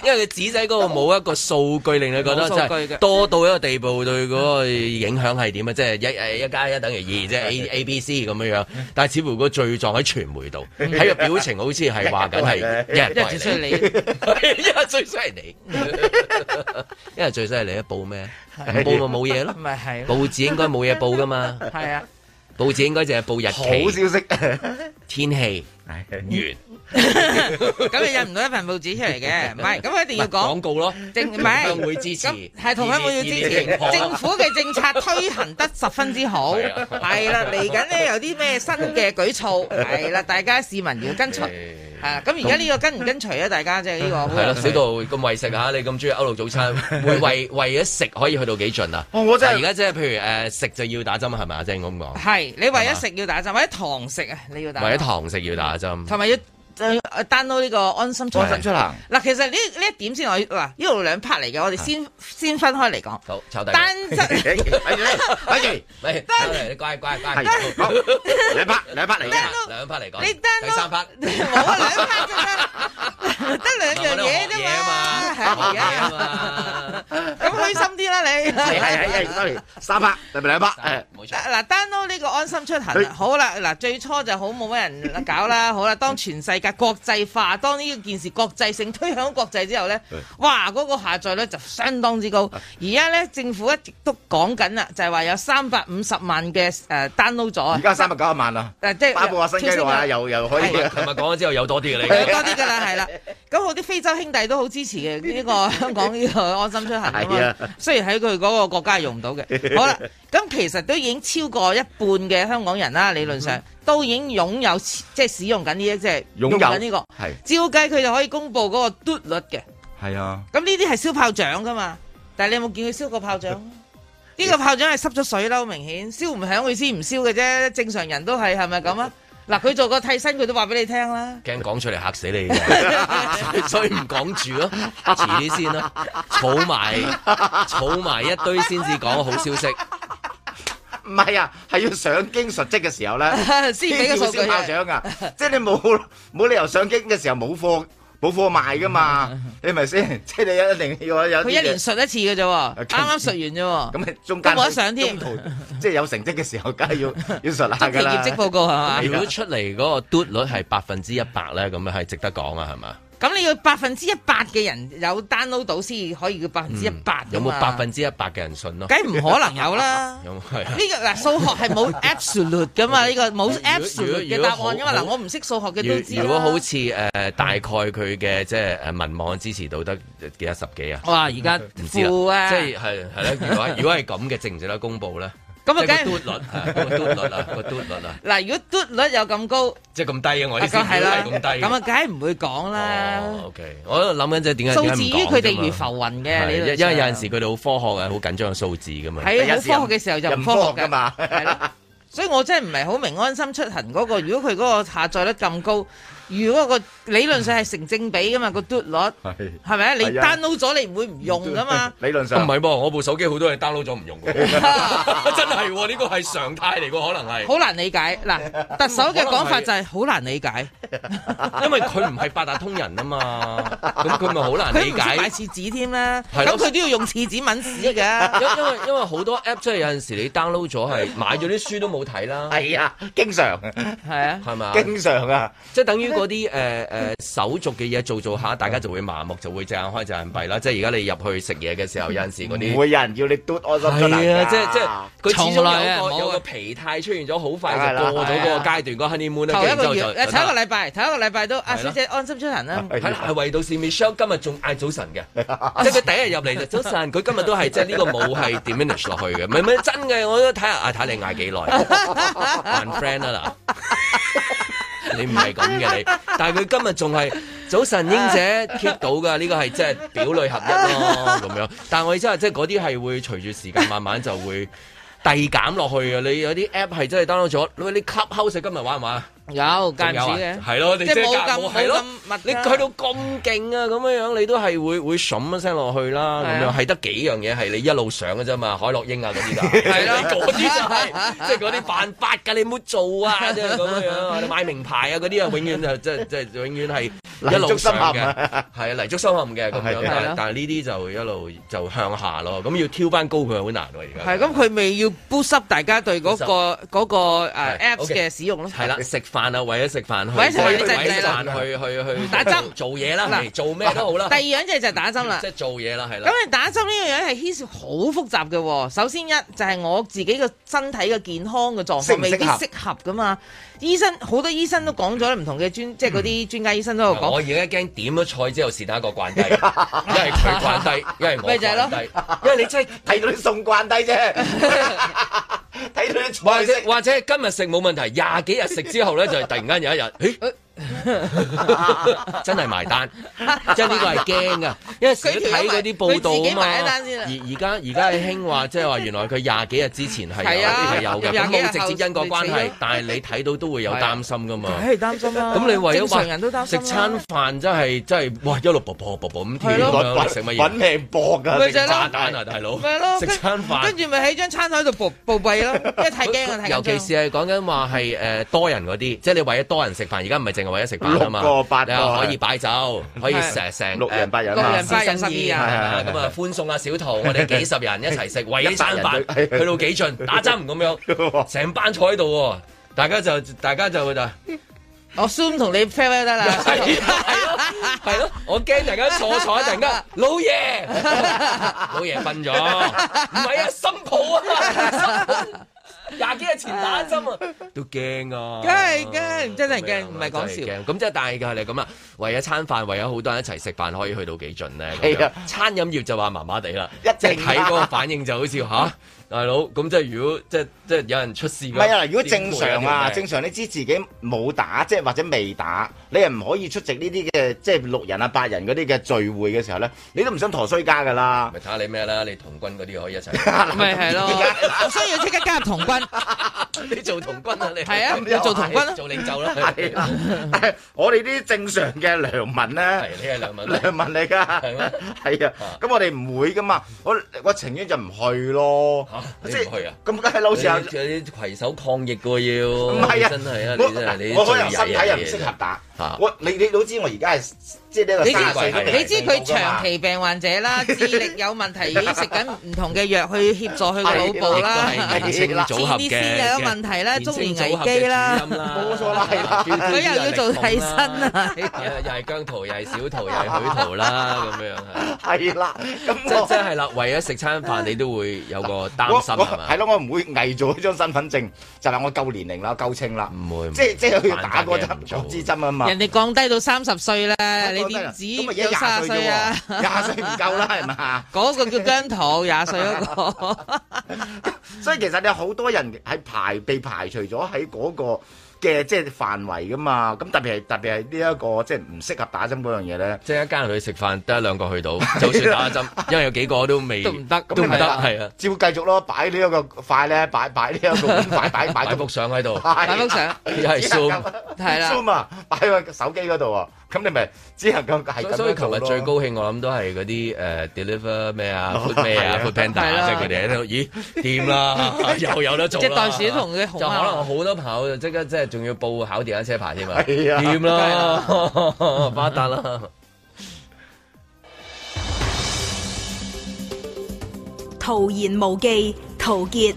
B: 因為個紙仔嗰個冇一個數據令你覺得
C: 冇數
B: 真
C: 據嘅
B: 係多到一個地步對嗰個影響係點啊？即係一誒一加一等於二，即係 A A B C 咁樣樣。但係似乎個罪狀喺傳媒度，喺個表情好似係話緊 係一人
C: 嗯一係最衰你，
B: 你，一係最衰係你， 一係最衰係你啊！ 報咩？唔報咪冇嘢咯。
C: 咪係咯，
B: 報紙應該冇嘢報噶嘛，
C: 係啊，
B: 報紙應該淨係報日
F: 好
B: 期、
F: 消息。
B: 天氣、
F: 係
B: 完
C: 咁你印唔到一份報紙出嚟嘅，唔係，咁一定要講
B: 廣告咯，
C: 政唔
B: 同
C: 係
B: 鄉會支持
C: 咁係同鄉會要支
B: 熱烈
C: 持
B: 認可
C: 政府嘅政策推行得十分之好，
B: 係啊
C: 係啦，嚟緊咧有啲咩新嘅舉措，係啦，大家市民要跟隨，啊，咁而家呢個跟唔跟隨啊？大家即係呢個好
B: 哦嗯係
C: 有
B: 咯，
C: 趣
B: 小道咁為食嚇，你咁中意歐陸早餐， 會為為咗食可以去到幾盡啊？
F: 哦我真係
B: 但而家即係譬如誒食就要打針係咪啊？即係咁講，
C: 係你為咗食要打針，或者堂食啊，你要打針，
B: 為咗堂食要打針，
C: 同埋要呃 download 呢個安心出行。
F: 出行
C: 嗱，其實呢呢一點先我嗱，呢度兩 part 嚟嘅，我哋先先分開嚟講。
B: 好炒底，
C: 單質
F: 哎哎哎
B: 喂，抄底你乖乖乖，
F: 哎係好兩 part 兩 part 嚟嘅。
B: 兩 part 嚟講，
C: 你
B: 第三 part
C: download。冇啊，兩 part 啫，得兩樣嘢啫
B: 我
C: 嘛，係
B: 哋學嘢啊
C: 啊，
B: 嘛，
C: 咁開心啲啦 你。
F: 係係係係，sorry，三 part 係咪兩 part？誒
B: 冇錯。
C: 嗱，download 呢個安心出行
F: 佢
C: 啊，好啦，嗱最初就好冇乜人搞 啦，好啦，當全世界國際化，當呢件事國際性推向國際之 後呢，哇，嗰、個下載率就相當之
F: 啊
C: 高。而家呢，政府一直都講緊啦，就係、話有三百五十萬嘅誒 download 咗啊
F: 而，家三百九十萬啦，
C: 誒即係
F: 巴布亞新幾內亞又又可以
C: 係
B: 琴日講咗之後有多啲嘅
C: 有
B: 你，
C: 多啲㗎啦，係啊啦。咁好啲非洲兄弟都好支持嘅呢、 個香港呢個安心出行啊
F: 係
C: 嘛
F: 啊。
C: 雖然喺佢嗰個國家係用唔到 嘅，好啦，咁其實都已經超過一半嘅香港人啦，理論上都已經擁有即係使用緊呢一即係
F: 嗯擁有
C: 用緊呢、個。
F: 係
C: 照計佢就可以公布嗰個嘟率嘅。
F: 係啊，
C: 咁呢啲係燒炮仗㗎嘛？但係你有冇見佢燒過炮仗 啊？呢個炮仗係濕咗水啦，好明顯燒唔響佢先唔燒嘅啫。正常人都係係咪 咁啊？嗱，佢做個替身，佢都話俾你聽啦。
B: 驚講出嚟嚇死你 嘅，所以唔講住咯，遲啲先啦，儲埋儲埋一堆先至講好消 息。
F: 唔係啊，係要上京述職嘅時候咧，
C: 先俾個數據
F: 先要燒炮仗啊， 即係你冇冇理由上京嘅時候冇貨冇貨賣 噶嘛，你係咪先？ 即係你一定要有啲
C: 佢一年述一次嘅啫喎，
F: 咁
C: 啱啱述完啫喎。
F: 咁啊，中
C: 都
F: 間
C: 冇得上 添，
F: 中途即係有成績嘅時候，梗係 要要述下
C: 中期
F: 㗎
C: 業
F: 啦。
C: 績報告係嘛？
B: 如果出嚟嗰個嘟率係百分之一百咧，咁樣係值得講啊，係嘛？
C: 咁你要百分之一百嘅人有 download 到先可以叫百分之一百。
B: 有冇百？分之一百嘅人信咯？
C: 啊梗唔可能有啦。
B: 有冇係啊
C: 呢？個嗱數學 係冇 absolute 噶嘛，呢個
B: 如
C: 冇
B: 果
C: absolute 嘅
B: 如果
C: 答案噶嘛。
B: 好
C: 嗱，我唔識數學嘅
B: 如
C: 都知啦
B: 如果好似誒、呃大概佢嘅即係呃誒民望支持到得幾多十幾啊？
C: 哇，而家
B: 唔知
C: 負
B: 啦，
C: 啊，
B: 即係係係啦。如果如果係咁嘅，值唔值得公佈咧？
C: 咁啊，梗
B: 即係個
C: 係
B: 嘟率啊，個嘟率啊，個嘟率啊，
C: 嗱，如果嘟率有咁高，
B: 即係咁低啊嘅我啲
C: 咁啊係
B: 係
C: 啦，
B: 咁低嘅。
C: 咁啊，梗係唔會講啦。
B: 哦，OK，我喺度諗緊即係點解
C: 數
B: 點
C: 字
B: 解
C: 於
B: 唔講
C: 佢哋
B: 啫嘛
C: 如浮雲嘅，
B: 係
C: 理論
B: 因因為有
C: 上啊
B: 陣時佢哋好科學嘅，好緊張嘅數字噶嘛。
C: 喺好科學嘅時候就唔科學
F: 㗎
C: 㗎
F: 嘛
C: 係啦。所以我真係唔係好明安心出行嗰、個，如果佢嗰個下載率咁高，如果個理論上係成正比噶嘛，個嘟率
F: 係
C: 係咪啊？你
F: 係啊
C: download 咗你唔會唔用 噶嘛？
F: 理論
B: 啊唔
F: 上
B: 係噃，我部手機好多嘢 download 咗唔用嘅， 真係喎，呢個係常態嚟喎，可能係，
C: 好難理解嗱， 特首嘅講法就係好難理解，
B: 因為佢唔係八達通人啊嘛，咁佢咪好難
C: 佢
B: 理
C: 唔識
B: 解。
C: 買廁紙添啦，
B: 係
C: 咁
B: 咯
C: 佢都要用廁紙抿屎㗎。
B: 因因為因為好多 app 即係有陣時你 download 咗係買咗啲書都冇睇啦，
F: 係啊，經常
C: 係啊，
B: 係嘛？
F: 經常啊，
B: 即係等於嗰啲誒誒手續嘅嘢做做下，大家就會麻木，就會隻眼開隻眼閉啦。即係而家你入去食嘢嘅 時候，有陣時嗰啲
F: 唔會有人要你嘟安心出嚟
B: 係
F: 㗎
B: 啊，即係即係佢始
C: 從來
B: 終
C: 啊
B: 有
C: 冇
B: 個
C: 啊
B: 有個疲態出現咗，好快就過咗嗰個階段，個 honeymoon 啦，
C: 頭一
B: 跟住之
C: 個
B: 後
C: 月，
B: 就
C: 誒頭一個禮拜，頭一個禮拜都阿啊
B: 係咯
C: 小姐安心出行啊啦。
B: 係啦，係唯到是 Michelle 今日仲嗌早晨 嘅，即係佢第一日入嚟就早晨，佢今日都係即係呢個冇係 diminish 落去嘅，唔係唔係真嘅，我都睇下啊睇你嗌幾耐，扮 friend 啦嗱，你唔係咁嘅你，但係佢今日仲係早晨英姐 keep 到㗎，呢個係即係表裏合一咯咁樣，但係我意思係即係嗰啲係會隨住時間慢慢就會。遞減落去嘅，你有啲 app 係真係 download 咗，你你 Clubhouse 今日玩唔玩啊？
C: 有間
B: 有
C: 唔
B: 啊
C: 止嘅，
B: 係咯，你
C: 即係
B: 係
C: 冇
B: 隔
C: 咁
B: 係咯
C: 冇咁密
B: 你
C: 啦
B: 去到咁勁啊，咁樣樣你都係會會筍一聲落去啦，
C: 係
B: 咁
C: 啊
B: 樣係得幾樣嘢係你一路上嘅啫嘛，海洛英啊嗰啲㗎，係
C: 咯
B: 嗰啲就係即係嗰啲犯法㗎，你唔好做啊，即係咁樣樣，你買名牌啊嗰啲啊，永遠就即係即係永遠係一路上
F: 泥足深陷
B: 嘅，係啊，泥足深陷嘅咁樣，
F: 係
B: 但
C: 係
B: 係但係呢啲就一路就向下咯，咁要挑翻高佢好難喎，而家
C: 係咁，佢咪要 boost up 大家對嗰個嗰個誒
B: 係
C: apps
B: OK
C: 嘅使用咯。
B: 係啦，食飯啊，為咗食飯去，
C: 為咗食飯
B: 為
C: 你制唔制啦
B: 為咗飯去去去
C: 打針
B: 做嘢啦，
C: 嗱
B: 嚟做咩都好啦，
C: 第二樣嘢就係打針啦
B: 嗯即。係做嘢啦，係啦
C: 咁。你打針呢樣嘢係牽涉好複雜嘅喎。首先一就係我自己嘅身體嘅健康嘅狀
F: 適
C: 況
F: 唔
C: 未必
F: 適合
C: 適合噶嘛。醫生好多醫生都講咗唔同嘅專，即係嗰啲專家醫生都有講
B: 嗯我。而家驚點咗菜之後，是但一個慣 低，一係佢慣低，一係我
C: 咪就係
B: 慣
C: 咯
B: 低，因為你 真係。
F: 睇到啲餸慣 低啫，
B: 或者
F: 睇到啲菜式
B: 或者今日食冇問題，廿幾日食之後咧，就係突然間有一日， 咦， 真係埋單，即係呢個係驚噶，因為成日睇嗰啲報
C: 佢自己
B: 道
C: 埋
B: 啊
C: 一
B: 嘛。
C: 單先
B: 而
C: 啊
B: 而家而家係興話，即係話原來佢廿幾日之前係
C: 係
B: 有
C: 啊
B: 係有嘅，
C: 廿
B: 咁
C: 幾日後
B: 冇直接因果關
C: 你死
B: 係
C: 咯，
B: 但係你睇到都會有擔心噶嘛。
C: 梗係擔心啦。
B: 咁你為
C: 正
B: 咗
C: 常人都擔
B: 話
C: 心
B: 食
C: 啦
B: 餐飯真係真係哇一路啵啵啵啵咁跳
C: 係咯
B: 咁樣，
F: 揾
B: 你食乜
F: 揾
B: 嘢？
F: 命搏㗎，
C: 咪就係
B: 炸
C: 咯
F: 食炸
B: 彈
F: 彈
B: 啊，
F: 啊！
B: 大佬
C: 咪咯，！
B: 食
C: 跟
B: 餐飯
C: 跟。住咪喺張餐台度暴暴斃咯，因為太驚啊，太緊張
B: 尤其是係講緊話係誒多人嗰啲，即係你為咗多人食飯，而家唔係淨係為咗食飯啊嘛，
F: 六個八個
B: 你話可以擺酒，可以成成
F: 六人八人
C: 六
F: 啊
C: 人
F: 嘛，
C: 八人
B: 師生意
C: 十二
F: 啊
B: 係咪咁啊歡送啊小桃，我哋幾十人一齊食，為一餐
F: 一百人
B: 飯
F: 對
B: 去到幾盡，打針咁 樣，成班坐喺度喎，大家就大家就就。
C: 我 Zoom 同你 farewell 得啦。
B: 係咯，係咯，我驚大家坐坐，突然間老爺，老爺瞓咗，唔係啊，心抱啊，心抱廿幾日前打針啊，都驚啊，
C: 梗係驚真係驚唔係講笑
B: 真係驚咁即係但係㗎，你咁啊，為一餐飯，為咗好多人一齊食飯，可以去到幾盡 咧？咁樣
F: 係啊
B: 餐飲業就話麻麻地啦，
F: 一定
B: 即係睇嗰個反應就好似吓。大佬，咁即係如果即係即係有人出事嘅，
F: 唔係啊！如果正常啊，
B: 點
F: 正常你知自己冇打，即係或者未打，你係唔可以出席呢啲嘅即係六人啊、八人嗰啲嘅聚會嘅時候咧，你都唔想陀衰家㗎啦。
B: 咪睇下你咩啦，你童軍嗰啲可以一齊。
C: 咪係 咯，我需要即刻加入童軍，
B: 你做童軍啊你？
C: 係啊你做童軍啦
B: 做領袖啦。
F: 係啦，但係我哋呢啲正常嘅良民
B: 係
F: 咧，
B: 你係梁文
F: 良民嚟㗎，
B: 係咩
F: 係啊，咁我哋唔會㗎嘛，我我情願就唔去咯
B: 嚇，你唔
F: 即係
B: 去啊
F: 咁梗係啦，好似
B: 有
F: 阿
B: 啲攜手抗疫嘅喎要，
F: 唔係啊，
B: 真係啊，
F: 我
B: 你真係你
F: 我
B: 最
F: 可能身體
B: 曳
F: 又
B: 嘅
F: 唔適合打
B: 嚇。
F: 我你你都知我而家係即係呢個
C: 你知
F: 三十歲都未
C: 你知佢長期病患者 啦，智力有問題，已經食緊唔同嘅藥去協助佢個腦部啦
B: 亦都。係年青組合嘅
C: CDC 又有問題啦，中年危機啦，
B: 冇
F: 錯啦係啦
C: 佢又要做替身啊，
B: 又又係姜圖，又係小圖，又 係許圖啦，咁樣係
F: 係啦，
B: 即
F: 咁我
B: 即係啦，為咗食餐飯，你都會有個
F: 我
B: 擔心
F: 我
B: 係嘛？
F: 係咯，我唔會偽造一張身份證，就係我夠年齡啦，夠稱啦，
B: 唔會唔會
F: 即係即係去打
B: 犯法
F: 嗰
B: 嘅人唔
F: 針
B: 做
F: 嗰支針啊 嘛。
C: 人哋降低到三十歲啦，你點止
F: 啊咁咪
C: 有
F: 而
C: 三十
F: 家
C: 歲啊
F: 廿？歲啫喎， 廿歲唔夠啦，係嘛？
C: 嗰個叫姜糖，廿歲
F: 啊
C: 嗰個。
F: 所以其實你好多人係排被排除咗喺嗰個嘅即係範圍噶嘛。咁特別係特別係呢一個即係唔適合打針嗰樣嘢咧。
B: 即係一家人去食飯，得一兩個去到，就算打針，因為有幾個都未
C: 都唔得
B: 都唔得，係啊，
F: 照繼續咯，擺呢一個塊咧，擺擺呢 一個碗擺擺擺啊
B: 擺幅相喺度。
F: 擺
C: 擺幅相
B: 一 係 Zoom
C: 係啦
F: Zoom 啊，擺喺手機嗰度啊，咁你咪只能夠係咁樣
B: 所所以琴日最高
F: 做咯
B: 興，我諗都係嗰啲誒 deliver 咩啊，food 咩
F: 係
B: 啊
F: 啊
B: ，food
C: 係
B: panda，
C: 啦
B: 即係佢哋喺度，咦掂啦，又有得做啦
C: 即係袋鼠同佢熊貓
B: 就可能好多朋友就即刻即係仲要報考電單車牌添啊，
F: 係啊
B: 掂啦， 發達啦，
I: 徒言無忌，陶傑。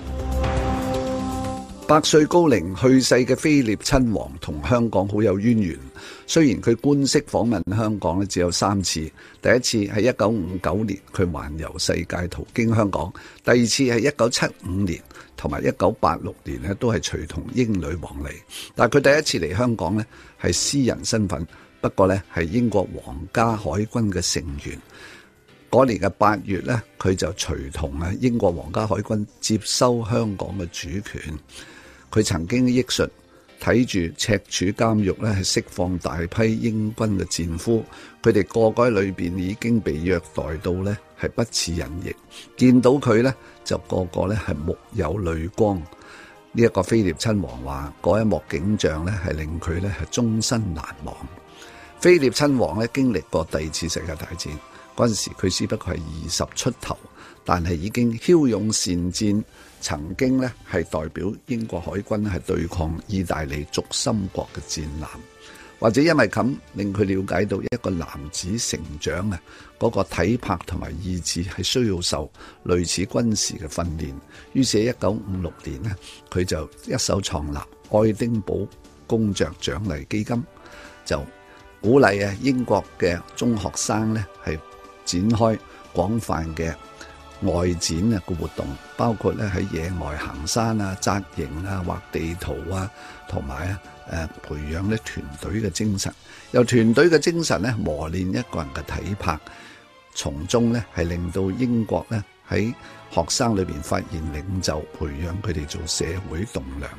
J: 百歲高齡去世嘅菲臘親王同香港好有淵源。雖然佢官式訪問香港咧只有三次，第一次係一九五九年佢環遊世界途經香港，第二次係一九七五年同埋一九八六年咧都係隨同英女王嚟。但係佢第一次嚟香港咧係私人身份，不過咧係英國皇家海軍嘅成員。嗰年嘅八月咧，佢就隨同啊英國皇家海軍接收香港嘅主權。佢曾經憶述睇住赤柱監獄咧，係釋放大批英軍嘅戰俘，佢哋個個喺裏邊已經被虐待到咧係不似人形，見到佢咧就個個咧係目有淚光。呢、一個菲臘親王話：嗰一幕景象咧係令佢咧係終身難忘。菲臘親王咧經歷過第二次世界大戰，嗰陣時佢只不過係二十出頭，但係已經驍勇善戰，曾經咧係代表英國海軍係對抗意大利軸心國嘅戰艦。或者因為咁令佢了解到一個男子成長啊，嗰、個體魄同埋意志係需要受類似軍事嘅訓練。於是，一九五六年呢，佢就一手創立愛丁堡公爵獎勵基金，就鼓勵啊英國嘅中學生呢係展開廣泛嘅外展啊個活動，包括咧喺野外行山啊、紮營啊、畫地圖啊，同埋啊誒培養咧團隊嘅精神，由團隊嘅精神咧磨練一個人嘅體魄，從中咧係令到英國咧喺學生裏邊發現領袖，培養佢哋做社會棟梁。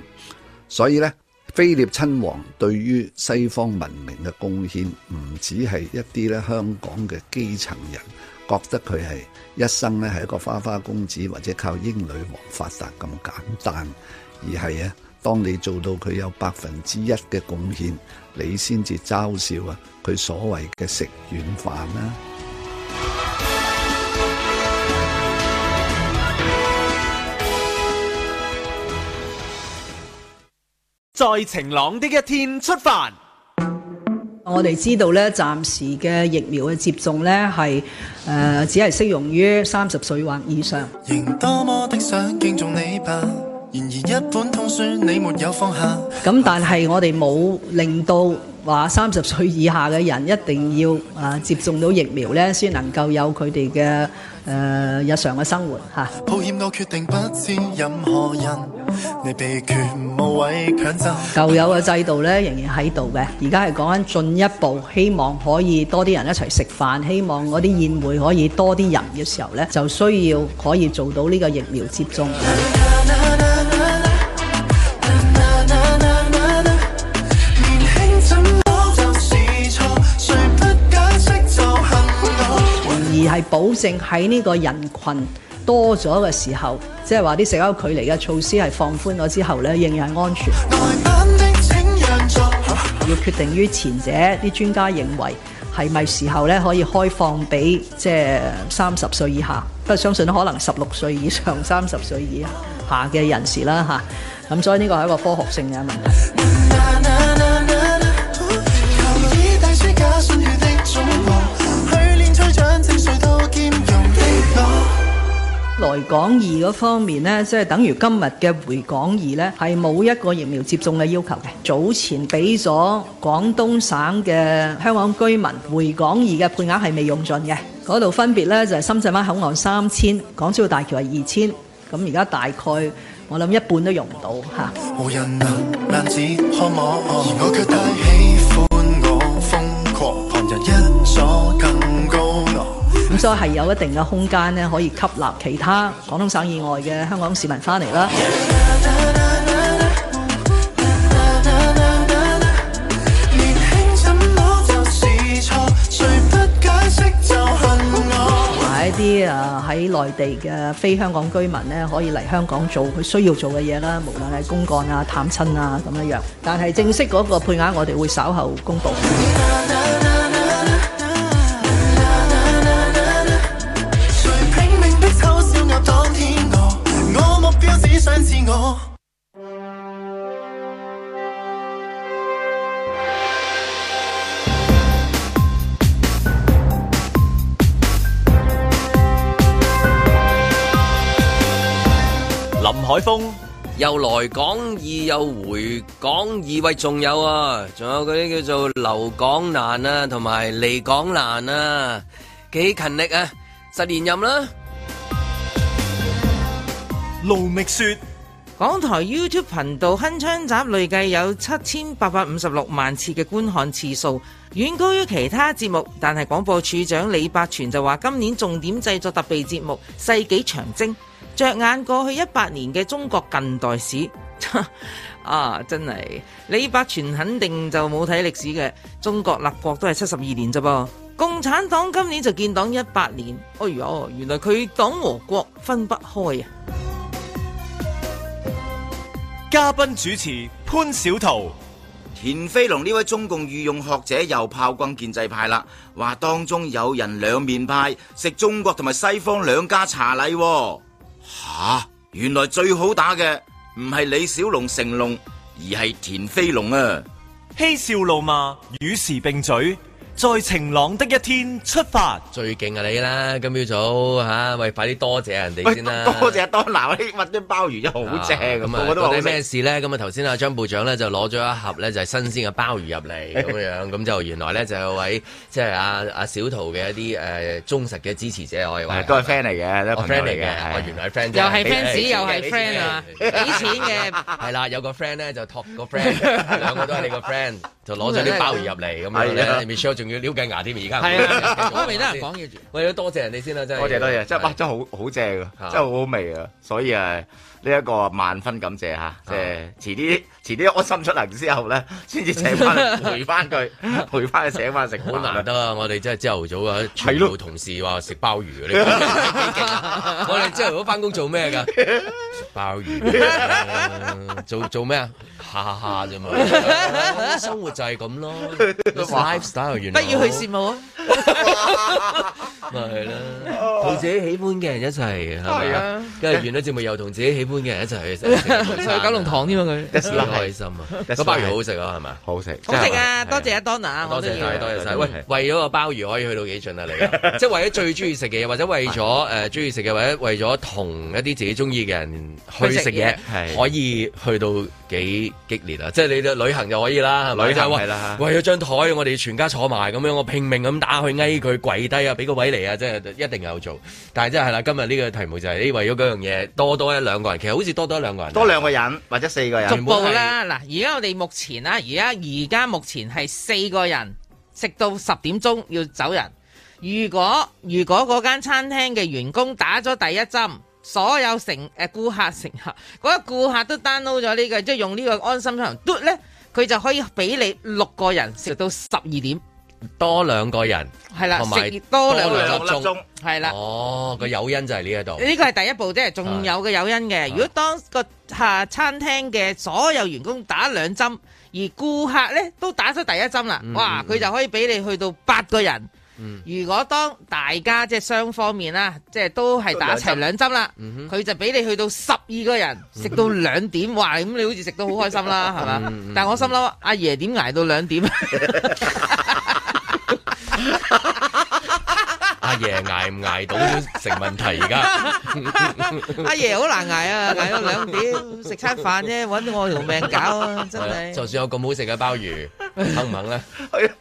J: 所以咧，菲臘親王對於西方文明嘅貢獻，唔止係一啲咧香港嘅基層人覺得佢係一生咧係一個花花公子或者靠英女王發達咁簡單，而係啊，當你做到佢有百分之一嘅貢獻，你先至嘲笑啊佢所謂嘅食軟飯啦、
E: 在晴朗的一天出發。
G: 我哋知道咧，暫時嘅疫苗嘅接種咧係誒只係適用於三十歲或以上。
K: 仍多麼的想敬重你吧，然而一本通書你沒有放下。
G: 咁但係我哋冇令到話三十歲以下嘅人一定要啊接種到疫苗咧，先能夠有佢哋嘅呃誒日常嘅生活嚇。
K: 抱歉，我決定不知任何人，你被權無謂強爭。
G: 舊有嘅制度咧仍然喺度嘅，而家係講緊進一步，希望可以多啲人一齊食飯，希望嗰啲宴會可以多啲人嘅時候咧，就需要可以做到呢個疫苗接種。
K: 年輕怎麼就是錯，誰不解釋就恨我。
G: 而係保證喺呢個人群多咗嘅時候，即係話啲社交距離嘅措施係放寬咗之後咧，仍然係安全。要決定於前者，啲專家認為係咪時候咧可以開放俾即係三十歲以下，不過相信可能十六歲以上、三十歲以下嘅人士啦吓，咁所以呢個係一個科學性嘅問題。
K: 求以大師假信譽的種和，去練吹掌正誰都兼容的我。
G: 來港易嗰方面呢，即係等於今日嘅回港易呢，係冇一個疫苗接種嘅要求嘅。早前俾咗廣東省嘅香港居民回港易嘅配額係未用盡嘅，嗰度分別呢，就係深圳灣口岸三千，港珠澳大橋係二千，咁而家大概我諗一半都用唔到嚇。
K: 無人能男子看我，而哦我卻太喜歡我瘋狂，旁人一所更高昂。
G: 咁所以係有一定嘅空間呢，可以吸納其他廣東省以外嘅香港市民翻嚟啦。
K: 年輕怎麼就是錯，誰不解釋就恨我。
G: 同埋一啲誒喺內地嘅非香港居民咧，可以嚟香港做佢需要做嘅嘢啦，無論係公幹啊、探親啊咁樣樣。但係正式嗰個配額，我哋會稍後公布。
K: 誰拼命的嘲笑我當天我，我目標只想自我。
B: 林海峰又來港二又回港二，喂，仲有啊，仲有嗰啲叫做留港難啊，同埋離港難啊，幾勤力啊，實連任啦、
A: 盧覓雪，
C: 港台 YouTube 頻道《鏗鏘集》累計有七千八百五十六萬次嘅觀看次數，遠高於其他節目。但係廣播處長李百全就話，今年重點製作特備節目《世紀長征》，着眼過去一百年嘅中國近代史。 啊，真係李百全肯定就冇睇歷史嘅，中國立國都係七十二年咋噃。共產黨今年就建黨一百年，哎唷，原來佢黨和國分不開啊！
A: 嘉賓主持潘小桃，
D: 田飛龍呢位中共御用學者又炮轟建制派啦，話當中有人兩面派，食中國同埋西方兩家茶禮、喎。吓，原來最好打嘅唔係李小龍、成龍，而係田飛龍啊！
A: 嬉笑怒罵，與時並舉。在晴朗的一天出發。
B: 最勁啊你啦！今朝早嚇，喂，快啲多謝人哋先啦。
F: 多謝當拿啲麥當鮑魚
B: Ờ,
F: 真係好正咁
B: 啊！
F: 個個都
B: 到
F: 話好
B: 底
F: 食
B: 咩事咧？咁啊，頭先啊張部長咧就攞咗一盒咧就係新鮮嘅鮑魚入嚟咁樣，咁就原來咧就有位即係阿阿小桃嘅一啲誒忠實嘅支持者，我以為
F: 係都係 friend 嚟嘅，都係
B: 我
F: 朋
B: 哦 friend 嚟
F: 友嚟嘅
B: 嘅，
F: 係
B: 我原來係 friend 啫
C: 又係
B: 俾
C: fans
B: 俾
C: 又
B: 俾
C: 係 friend 啊，俾錢嘅。
B: 係啦，有個 friend 咧就托個 friend，兩個都係你個 friend，就攞咗啲鮑魚入嚟咁樣咧
F: 係啊。
B: Michelle 仲要撩緊牙添，而家
F: 係啊
B: 繼續
C: 我未得人講嘢住。
B: 喂，都多謝人哋先啦，啊真係。
F: 多謝多謝，真係哇，
B: 係
F: 真係好好正㗎，
B: 啊
F: 真係好好味啊！所以啊，呢一個萬分感謝嚇，即係遲啲遲啲安心出行之後 咧，先至請翻回翻佢，回翻去請翻食
B: 好
F: 好
B: 難
F: 難
B: 得啊！我哋真係朝頭早啊，全部同事話食鮑魚啊你幾勁啊我哋朝頭早翻工做咩㗎？食鮑魚啊，做做咩啊？哈哈哈啫嘛，生活就係咁咯。lifestyle 原
C: 不
B: 來
C: 要去羨慕啊！
B: 咪係啦，同自己喜歡嘅人一齊係咪
C: 係啊？
B: 跟住完咗節目又同自己喜歡嘅人一齊去食去
C: 去九龍塘添嘛佢
B: 真係開心啊！個
F: That's
B: 鮑魚
F: right
B: 好食啊，係咪？
F: 好食，
C: 好食
F: 真係
C: 啊！多謝阿 Donna，
B: 多
C: 我都
B: 謝晒，
C: 要
B: 多謝晒。
F: 嗯
B: 喂，為咗個鮑魚可以去到幾盡啊？你啊即係為咗最中意食嘅嘢，或者為咗誒中意食嘅，或者為咗同一啲自己中意嘅人去食
C: 去食嘢
B: 嘢，可以去到幾激烈啊！即係你旅行就可以啦，係咪？
F: 旅行
B: 就話
F: 係啦
B: 為咗張台，我哋全家坐埋咁樣，我拼命咁打去翳佢跪低啊，俾個位嚟啊！即係一定有做。但係真係啦，今日呢個題目就係咦為咗嗰樣嘢多多一兩個人，其實好似多多一兩個人，
F: 多兩個人或者四個
C: 逐
F: 人，
C: 步啦。嗱，而家我哋目前啦，而家而家目前係四個人食到十點鐘要走人。如果如果嗰間餐廳嘅員工打咗第一針，所有乘誒顧客乘客嗰、個顧客都 download 咗呢、個，即係用呢個安心出行嘟咧，佢就可以俾你六個人食到十二點，
B: 多兩個人，
C: 係啦，
B: 同埋
C: 食多兩
B: 多
C: 個
B: 兩
C: 鐘
B: 個
F: 粒
B: 鐘
F: 鐘，
C: 係啦。
B: 哦，個誘因就係呢一度。
C: 呢個係第一步啫，仲有嘅誘因嘅。如果當個下餐廳嘅所有員工打兩針，而顧客咧都打咗第一針啦，哇！佢就可以俾你去到八個人。如果當大家即係雙方面啦，即係都係打齊兩針啦，佢就俾你去到十二個人，食到兩點，哇！咁你好似食到好開心 啦，係嘛？但我心諗，阿爺點捱到兩 點？
B: 阿爺捱唔捱到成問題而家，
C: 阿爺好難捱啊，捱到兩點食餐飯啫，揾到我條命搞啊， 真係。
B: 就算有咁好食嘅鮑 魚，肯唔肯咧？
F: 係啊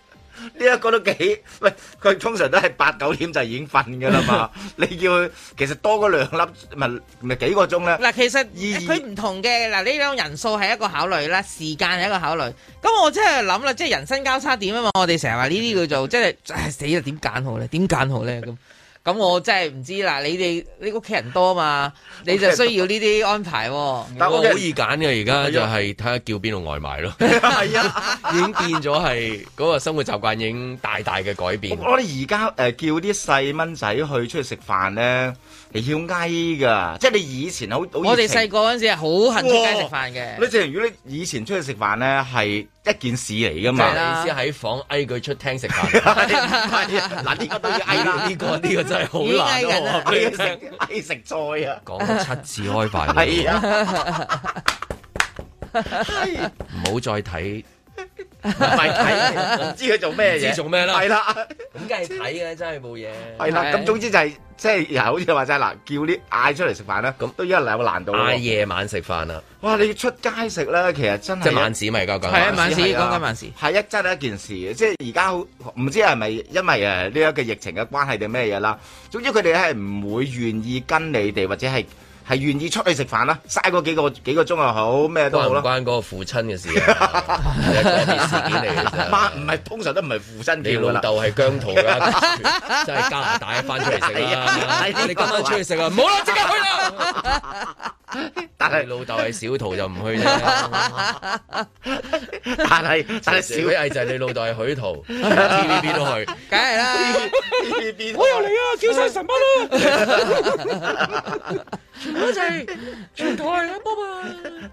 F: 呢一個都幾喂，佢通常都係八九點就已經瞓㗎啦嘛。你叫佢其實多嗰兩粒，咪咪幾個鐘咧？
C: 嗱，其實
F: 意義
C: 佢唔同嘅嗱，呢種人數係一個考慮啦，時間係一個考慮。咁我真係諗啦，即係人生交叉點啊嘛，我哋成日話呢啲叫做即係唉死啦，點揀好咧？點揀好咧？咁咁我真係唔知啦。你哋你屋企人多嘛，你就需要呢啲安排喎。
F: 但
B: 我
F: 我嘅啊
B: 好易揀嘅，而家就係睇下叫邊度外賣咯。
F: 係啊。
B: 已經變咗係嗰個生活習慣已經大大嘅改變。
F: 我哋而家誒叫啲細蚊仔去出去食飯咧，你要翳噶，即係你以前好好熱情
C: 我哋細個嗰陣時係好恨出街食飯
F: 你
C: 嘅，
F: 即係如果你以前出去食飯咧，係一件事嚟噶
B: 即係
F: 嘛。
B: 你先啊喺房嗌佢出廳食飯。
F: 啊嗱呢個都要 翳啦，
B: 呢個呢個真係好難
C: 已經嗌緊啦
B: 咯，我話俾
F: 翳
B: 你聽。
F: 食翳食菜啊，
B: 講咗七次開飯，
F: 係啊，
B: 唔好再睇，
F: 唔係睇唔知佢做咩嘢，
B: 唔知做咩啦
F: 係啦，
B: 咁梗係睇嘅，真係冇嘢。
F: 係啦，咁總之就係即係好似話齋嗱，叫啲嗌出嚟食飯啦，咁都一嚟有難度
B: 嗌
F: 喎。
B: 夜晚食飯啦，
F: 哇！你出街食咧，其實真係
B: 即係晚市咪㗎講。
C: 係啊，晚市
F: 啊係啊
C: 講緊晚市。
F: 係一真係一件事嘅，即係而家好唔知係咪因為誒呃呢一個疫情嘅關係定咩嘢啦。總之佢哋係唔會願意跟你哋，或者係係願意出去食飯啦，嘥嗰幾個幾個鐘又好咩都
B: 關
F: 好
B: 唔
F: 啦。
B: 關嗰個父親嘅事啊？係個別 事件嚟嘅
F: 媽
D: 啊
B: 啫。
F: 唔係通常都唔係父親
B: 你
F: 叫噶
B: 老
F: 啦，
B: 豆係姜濤啦，真係加拿大翻出嚟食啦！你今晚出去食啊，唔好啦，即刻去啦！
F: 但
B: 你
F: 係
B: 老豆係小桃就唔去啫，
F: 但係
D: 啊
F: 但係
B: 小
F: 小
B: 威哎就係你老豆係許桃，TVB 都去。
C: 梗係啦，
F: 呢邊我又嚟啊！
B: 叫晒神乜啦！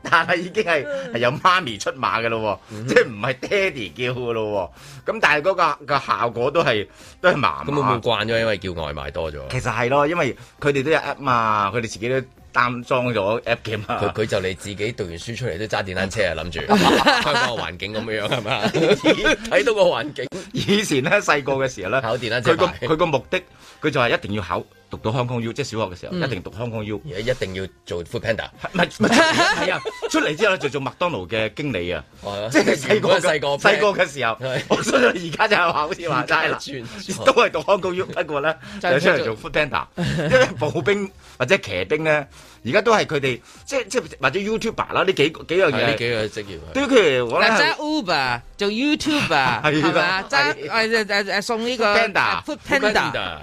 F: 但係已經係係有媽咪出馬嘅咯喎，即係唔係爹哋叫嘅咯喎。咁但係嗰個個效果都係都係麻麻。
B: 咁會唔會慣咗？因為叫外賣多咗。
F: 其實係咯，因為佢哋都有 app 嘛，佢哋自己都
D: 擔裝咗 app game 啊。
B: 佢佢就嚟自己讀完書出嚟都揸電單車啊，諗住香港嘅環境咁樣係嘛？睇到個環境，
D: 以前咧細個嘅時候咧，
B: 考電單車
D: 佢個
B: 牌
D: 佢個目的，佢就係一定要考讀到 Hong Kong U，即係小學嘅時候
B: 嗯
D: 一定讀 Hong Kong U，
B: 而家一定要做 Food Panda，
D: 唔係唔係係啊，出嚟之後咧就做麥當勞嘅 經理啊，即係細個嘅
B: 細個
D: 細個嘅時候，我相信而家就係好似話齋 啦
B: 而家轉咗，
D: 都係讀 Hong Kong U，不過咧
B: 就係
D: 就出嚟
B: 做
D: 做 Food Panda，因為步兵或者騎兵咧，而家都係佢哋即係即係或者 YouTuber 啦，呢幾幾樣
B: 係
D: 嘢
B: 呢幾個職業係。啊
D: 對於佢嚟講咧
C: 嗱，
D: 係
C: 揸 Uber 做 YouTuber
D: 係啦
C: 係嘛？揸誒誒誒送呢個
D: Panda
C: Food Panda
D: 係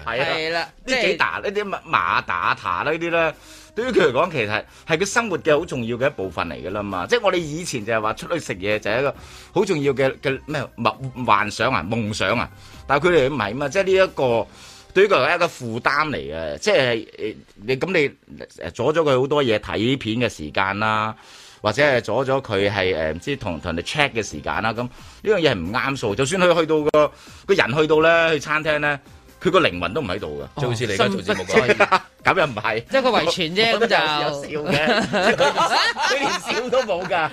C: 係
D: 啦
C: 啦，，
D: 呢幾打呢啲馬打塔啊呢啲咧，對於佢嚟講其實係係佢生活嘅好重要嘅一部分嚟㗎啦嘛。即係我哋以前就係話出去食嘢就係一個好重要嘅嘅咩夢幻想啊、夢想啊，但係佢哋唔係嘛，即係呢一個。對於佢係一個負擔嚟嘅，即係誒你咁你誒阻咗佢好多嘢睇片嘅時間啦，或者係阻咗佢係誒唔知同同人哋 check 嘅時間啦，咁呢樣嘢係唔啱數。就算佢去到個個人去到咧去餐廳咧，佢個靈魂都唔喺度嘅，
B: 就好似你而家做節目啊咁
D: 咁又唔係，
C: 即係個遺傳啫，咁就
D: 有笑嘅，即 係佢連笑都冇㗎，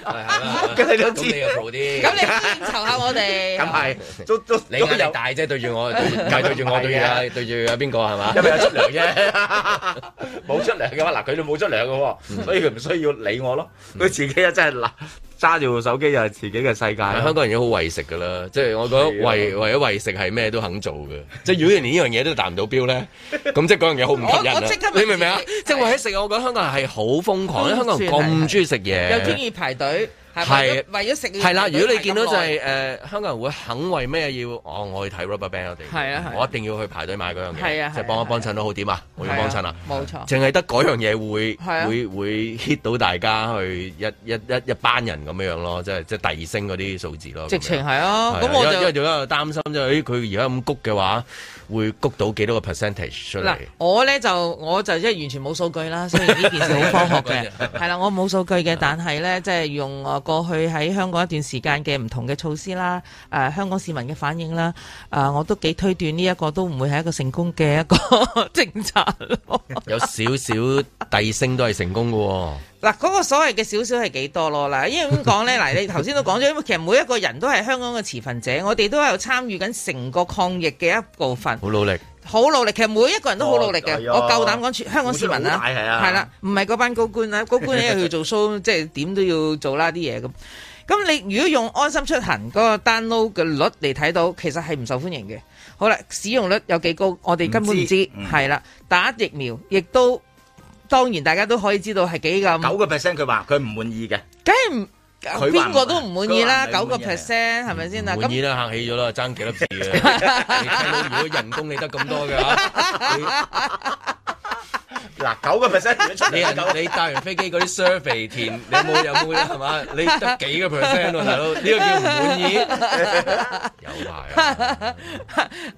D: 咁你都知
B: 咁你又 pro 啲。
C: 咁你歡迎酬下我哋，
D: 咁係都都
B: 你
D: 都
B: 壓力
D: 有
B: 大啫，對住我，對住唔係對住我，對住啊，對住啊邊個係嘛？
D: 因為有出糧啫，冇出糧嘅話，嗱佢哋冇出糧嘅喎，所以佢唔需要理我咯。佢自己啊真係嗱揸住部手機又係自己嘅世界
B: 但
D: 啦。
B: 香港人已經好為食噶啦，即係我覺得
D: 係啊
B: 為為咗為食係咩都肯做嘅，即係如果連呢樣嘢都達唔到標咧，咁即係嗰樣嘢好唔吸引
C: 我我
B: 啦
C: 即刻。
B: 你明唔明啊？即係為咗食，我覺得香港人係好瘋狂，因為香港人咁中意食嘢，
C: 又中意排隊，
B: 係
C: 係為咗為咗食要
B: 係啦，
C: 排
B: 如
C: 隊
B: 果你
C: 排咁
B: 見到就係、
C: 耐
B: 誒香港人會肯為咩要哦，我去睇 Rubberband 我一定要
C: 係啊係啊
B: 我一定要去排隊買嗰樣
C: 係啊係啊
B: 嘢，即係幫一幫襯都好點啊，我要幫襯啦，
C: 係啊冇錯
B: 淨係得嗰樣嘢會
C: 係啊
B: 會會 hit 到大家去一一一一班人咁樣樣咯，即係即係遞升嗰啲數字咯。
C: 直情係啊
B: 咁樣
C: 咁我
B: 因為
C: 就
B: 因為仲有一個擔心就係咦佢而家咁谷嘅話，會谷到幾多個 percentage 出嚟
C: 嗱？，我咧就我就即係完全冇數據啦，雖然呢 件事好科學嘅，係啦，我冇數據嘅，但係咧即係用誒過去喺香港一段時間嘅唔同嘅措施啦，誒、香港市民嘅反應啦，誒、我都幾推斷呢一個都唔會係一個成功嘅一個 政策咯。
B: 有少少遞升都係成功嘅喎。
C: 嗱，嗰個所謂嘅少少係幾多咯？嗱，因為點講呢？嗱，你頭先都講咗，因為其實每一個人都係香港嘅持份者，我哋都有參與緊成個抗疫嘅一部分，
B: 好努力。
C: 好努力。其實每一個人都好努力嘅，
B: 嗯哦係啊
C: 我夠膽講全香港市民啦，
B: 付出好大係啊
C: 係啦，唔係嗰班高官啊 啦，高官一日要做 show，即係點都要做啦啲嘢咁。咁你如果用安心出行嗰個 download 嘅率嚟睇到，其實係唔受歡迎嘅。好啦，使用率有幾高，我哋根本唔
D: 唔知
C: 知，
B: 嗯
C: 係啦、打疫苗亦都當然大家都可以知道係幾咁。
D: 九個 percent 佢話佢唔滿意嘅，
C: 梗係唔
D: 話唔啊
C: 邊個都唔滿意啦，
D: 佢話
C: 九
D: 唔
C: 個
D: 滿意
C: percent 係咪先啊？
B: 滿意
C: 咁
B: 啦，客氣咗啦，爭幾粒字嘅。你睇到如果人工你得咁多嘅話，
D: 嗱九個 percent 如果出
B: 你你
D: 嚟九
B: 人你帶完飛機嗰啲 survey 填，你冇有冇係嘛？你得幾個 percent 喎，大佬？呢個叫唔滿意？有埋啊！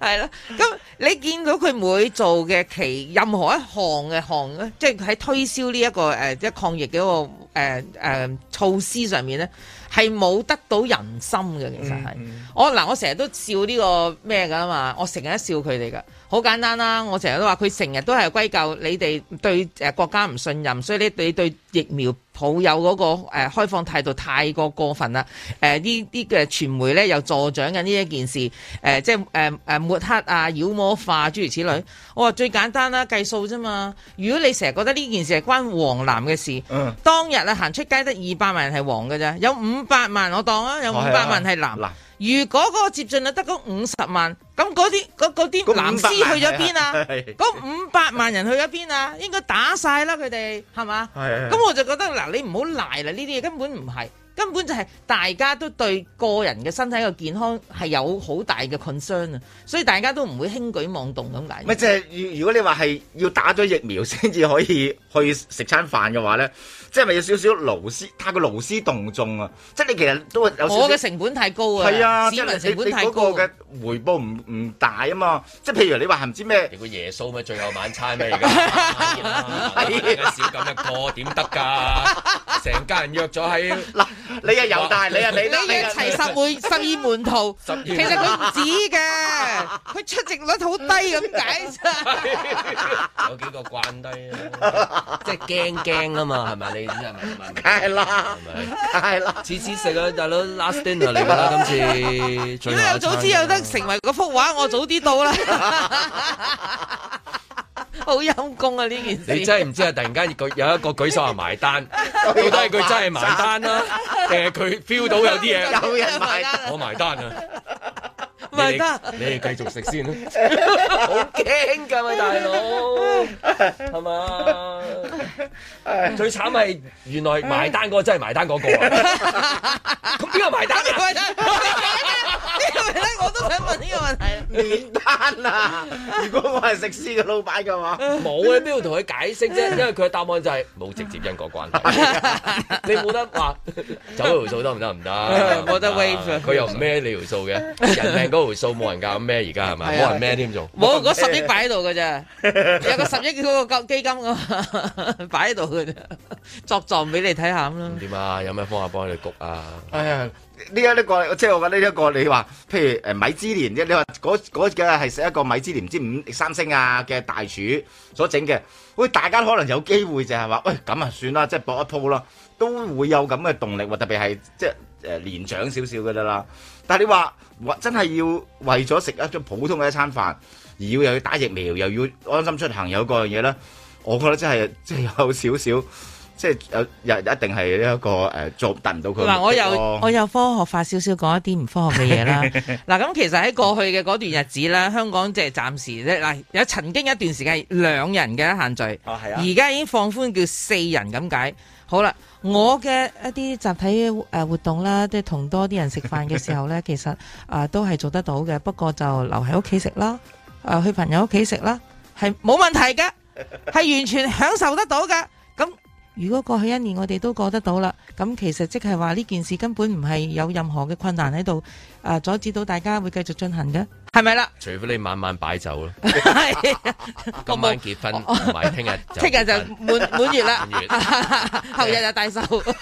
C: 係啦，咁你見到佢每做嘅期任何一項嘅項咧，即係喺推銷呢一個誒即係抗疫嘅一個誒誒、措施上面咧，係冇得到人心嘅，其實係。
D: 嗯
C: 我嗱，我成日都笑呢個咩噶嘛，我成日都笑佢哋噶，好簡單啦。我成日都話佢成日都係歸咎你哋對誒國家唔信任，所以你對對疫苗抱有嗰、個誒、呃、開放態度太過過分啦。誒呢啲嘅傳媒咧又助長緊呢一件事，誒、即係誒誒抹黑啊、妖魔化諸如此類。我話最簡單啦，計數啫嘛。如果你成日覺得呢件事係關黃藍嘅事，
D: 嗯
C: 當日啊行出街得二百萬人係黃嘅啫，有五百萬我當啊，有五
D: 哦係啊
C: 百萬係藍。
D: 嗱
C: 如果嗰個接進率得嗰五十萬，咁嗰啲嗰嗰啲藍
D: 嗰500萬
C: 絲去咗邊 啊？
D: 係
C: 嗰五百萬人去咗邊啊？應該打晒啦佢哋係嘛？
D: 係係
C: 咁我就覺得嗱，你唔好賴啦，呢啲嘢根本唔係，根本就係大家都對個人嘅身體嘅健康係有好大嘅 concern 啊，所以大家都唔會輕舉妄動咁解。
D: 咪即係如如果你話係要打咗疫苗先至可以去食餐飯嘅話咧，即係咪有少少勞師太過勞師動眾啊？即係你其實都有少少
C: 我嘅成本太高啊，
D: 係啊，
C: 市民
D: 即係
C: 成
D: 你
C: 本
D: 你
C: 太
D: 嗰
C: 高
D: 個嘅回報唔唔大啊嘛。即係譬如你話係唔知咩
B: 你個耶穌咩最後晚餐咩而家？少咁一個點得㗎？成家人約咗喺
D: 你係猶大，你係美德，
C: 你一齊十會十二門徒，其實佢唔止嘅，佢出席率好低咁解咋。
B: 有幾個慣低啊？即係驚驚啊嘛，係咪？你知係咪？梗
D: 係啦，梗係啦。
B: 次次食啊，大佬 last dinner 嚟㗎 啦，今次
C: 如
B: 最
C: 果
B: 後
C: 我
B: 一
C: 早
B: 餐
C: 知有得成為嗰幅畫，我早啲到 啦。好陰功啊！呢件事
B: 你真係唔知啊！突然間佢有一個舉手話埋 單，到底係佢真係埋單 啦，定係佢 feel 到有啲嘢
D: 有人埋單
B: 我埋單啊！
C: 埋單
B: 你哋你哋繼續食先啦， 好驚㗎喂大佬，係嘛？最慘係原來埋單嗰個真係埋單嗰個啊！ 咁邊個埋單啊？
C: 呢個咪咧，我都想問呢個問題。
D: 免單啊！如果我係食肆嘅老闆嘅話，
B: 冇啊！邊度同佢解釋 啫？因為佢嘅答案就係冇直接因果關係， 你冇得話走嗰條數得唔得？唔得，啊
C: 冇得 waive
B: 佢又唔孭你條數嘅，人命嗰條數冇人教孭，而家係咪？
C: 係啊
B: 冇人孭添仲。
C: 冇嗰十億擺喺度㗎咋，有個十億嗰個基金㗎嘛， 擺喺度㗎咋，作狀俾你睇下咁啦。
B: 點啊？有咩方法幫佢哋谷啊？
D: 哎呀，呢一呢個即係我覺得呢一個你話，譬如誒米芝蓮啫，你話嗰嗰嘅係食一個米芝蓮唔知五三星啊嘅大廚所整嘅，喂大家可能有機會就係話，喂咁啊算啦，即係搏一鋪啦，都會有咁嘅動力喎，特別係即係誒年長少少嘅啫啦。但係你話話真係要為咗食一張普通嘅一餐飯，而要又要打疫苗，又要安心出行，有嗰樣嘢咧，我覺得真係即係有少少。即係有有一定係呢一個誒、做達唔到佢嘅目的咯。
C: 嗱，我又我又科學化少少講一啲唔科學嘅 嘢啦。嗱，咁其實喺過去嘅嗰段日子啦，香港即係暫時咧，嗱有曾經一段時間係兩人嘅限聚，
D: 哦係啊
C: 而家已經放寬叫四人咁解。好啦，我嘅一啲集體誒活動啦，即係同多啲人食飯嘅時候 咧，其實啊、都係做得到嘅，不過就留喺屋企食啦，啊去朋友屋企食啦，係冇問題嘅，係完全享受得到嘅。咁 如果過去一年我哋都過得到啦，咁其實即係話呢件事根本唔係有任何嘅困難喺度，啊阻止到大家會繼續進行嘅，係咪啦？
B: 除非你晚晚擺酒咯，
C: 係
B: 今晚結婚同埋聽日就
C: 哦 聽日就滿滿月啦
B: 滿月，
C: 後日就大壽。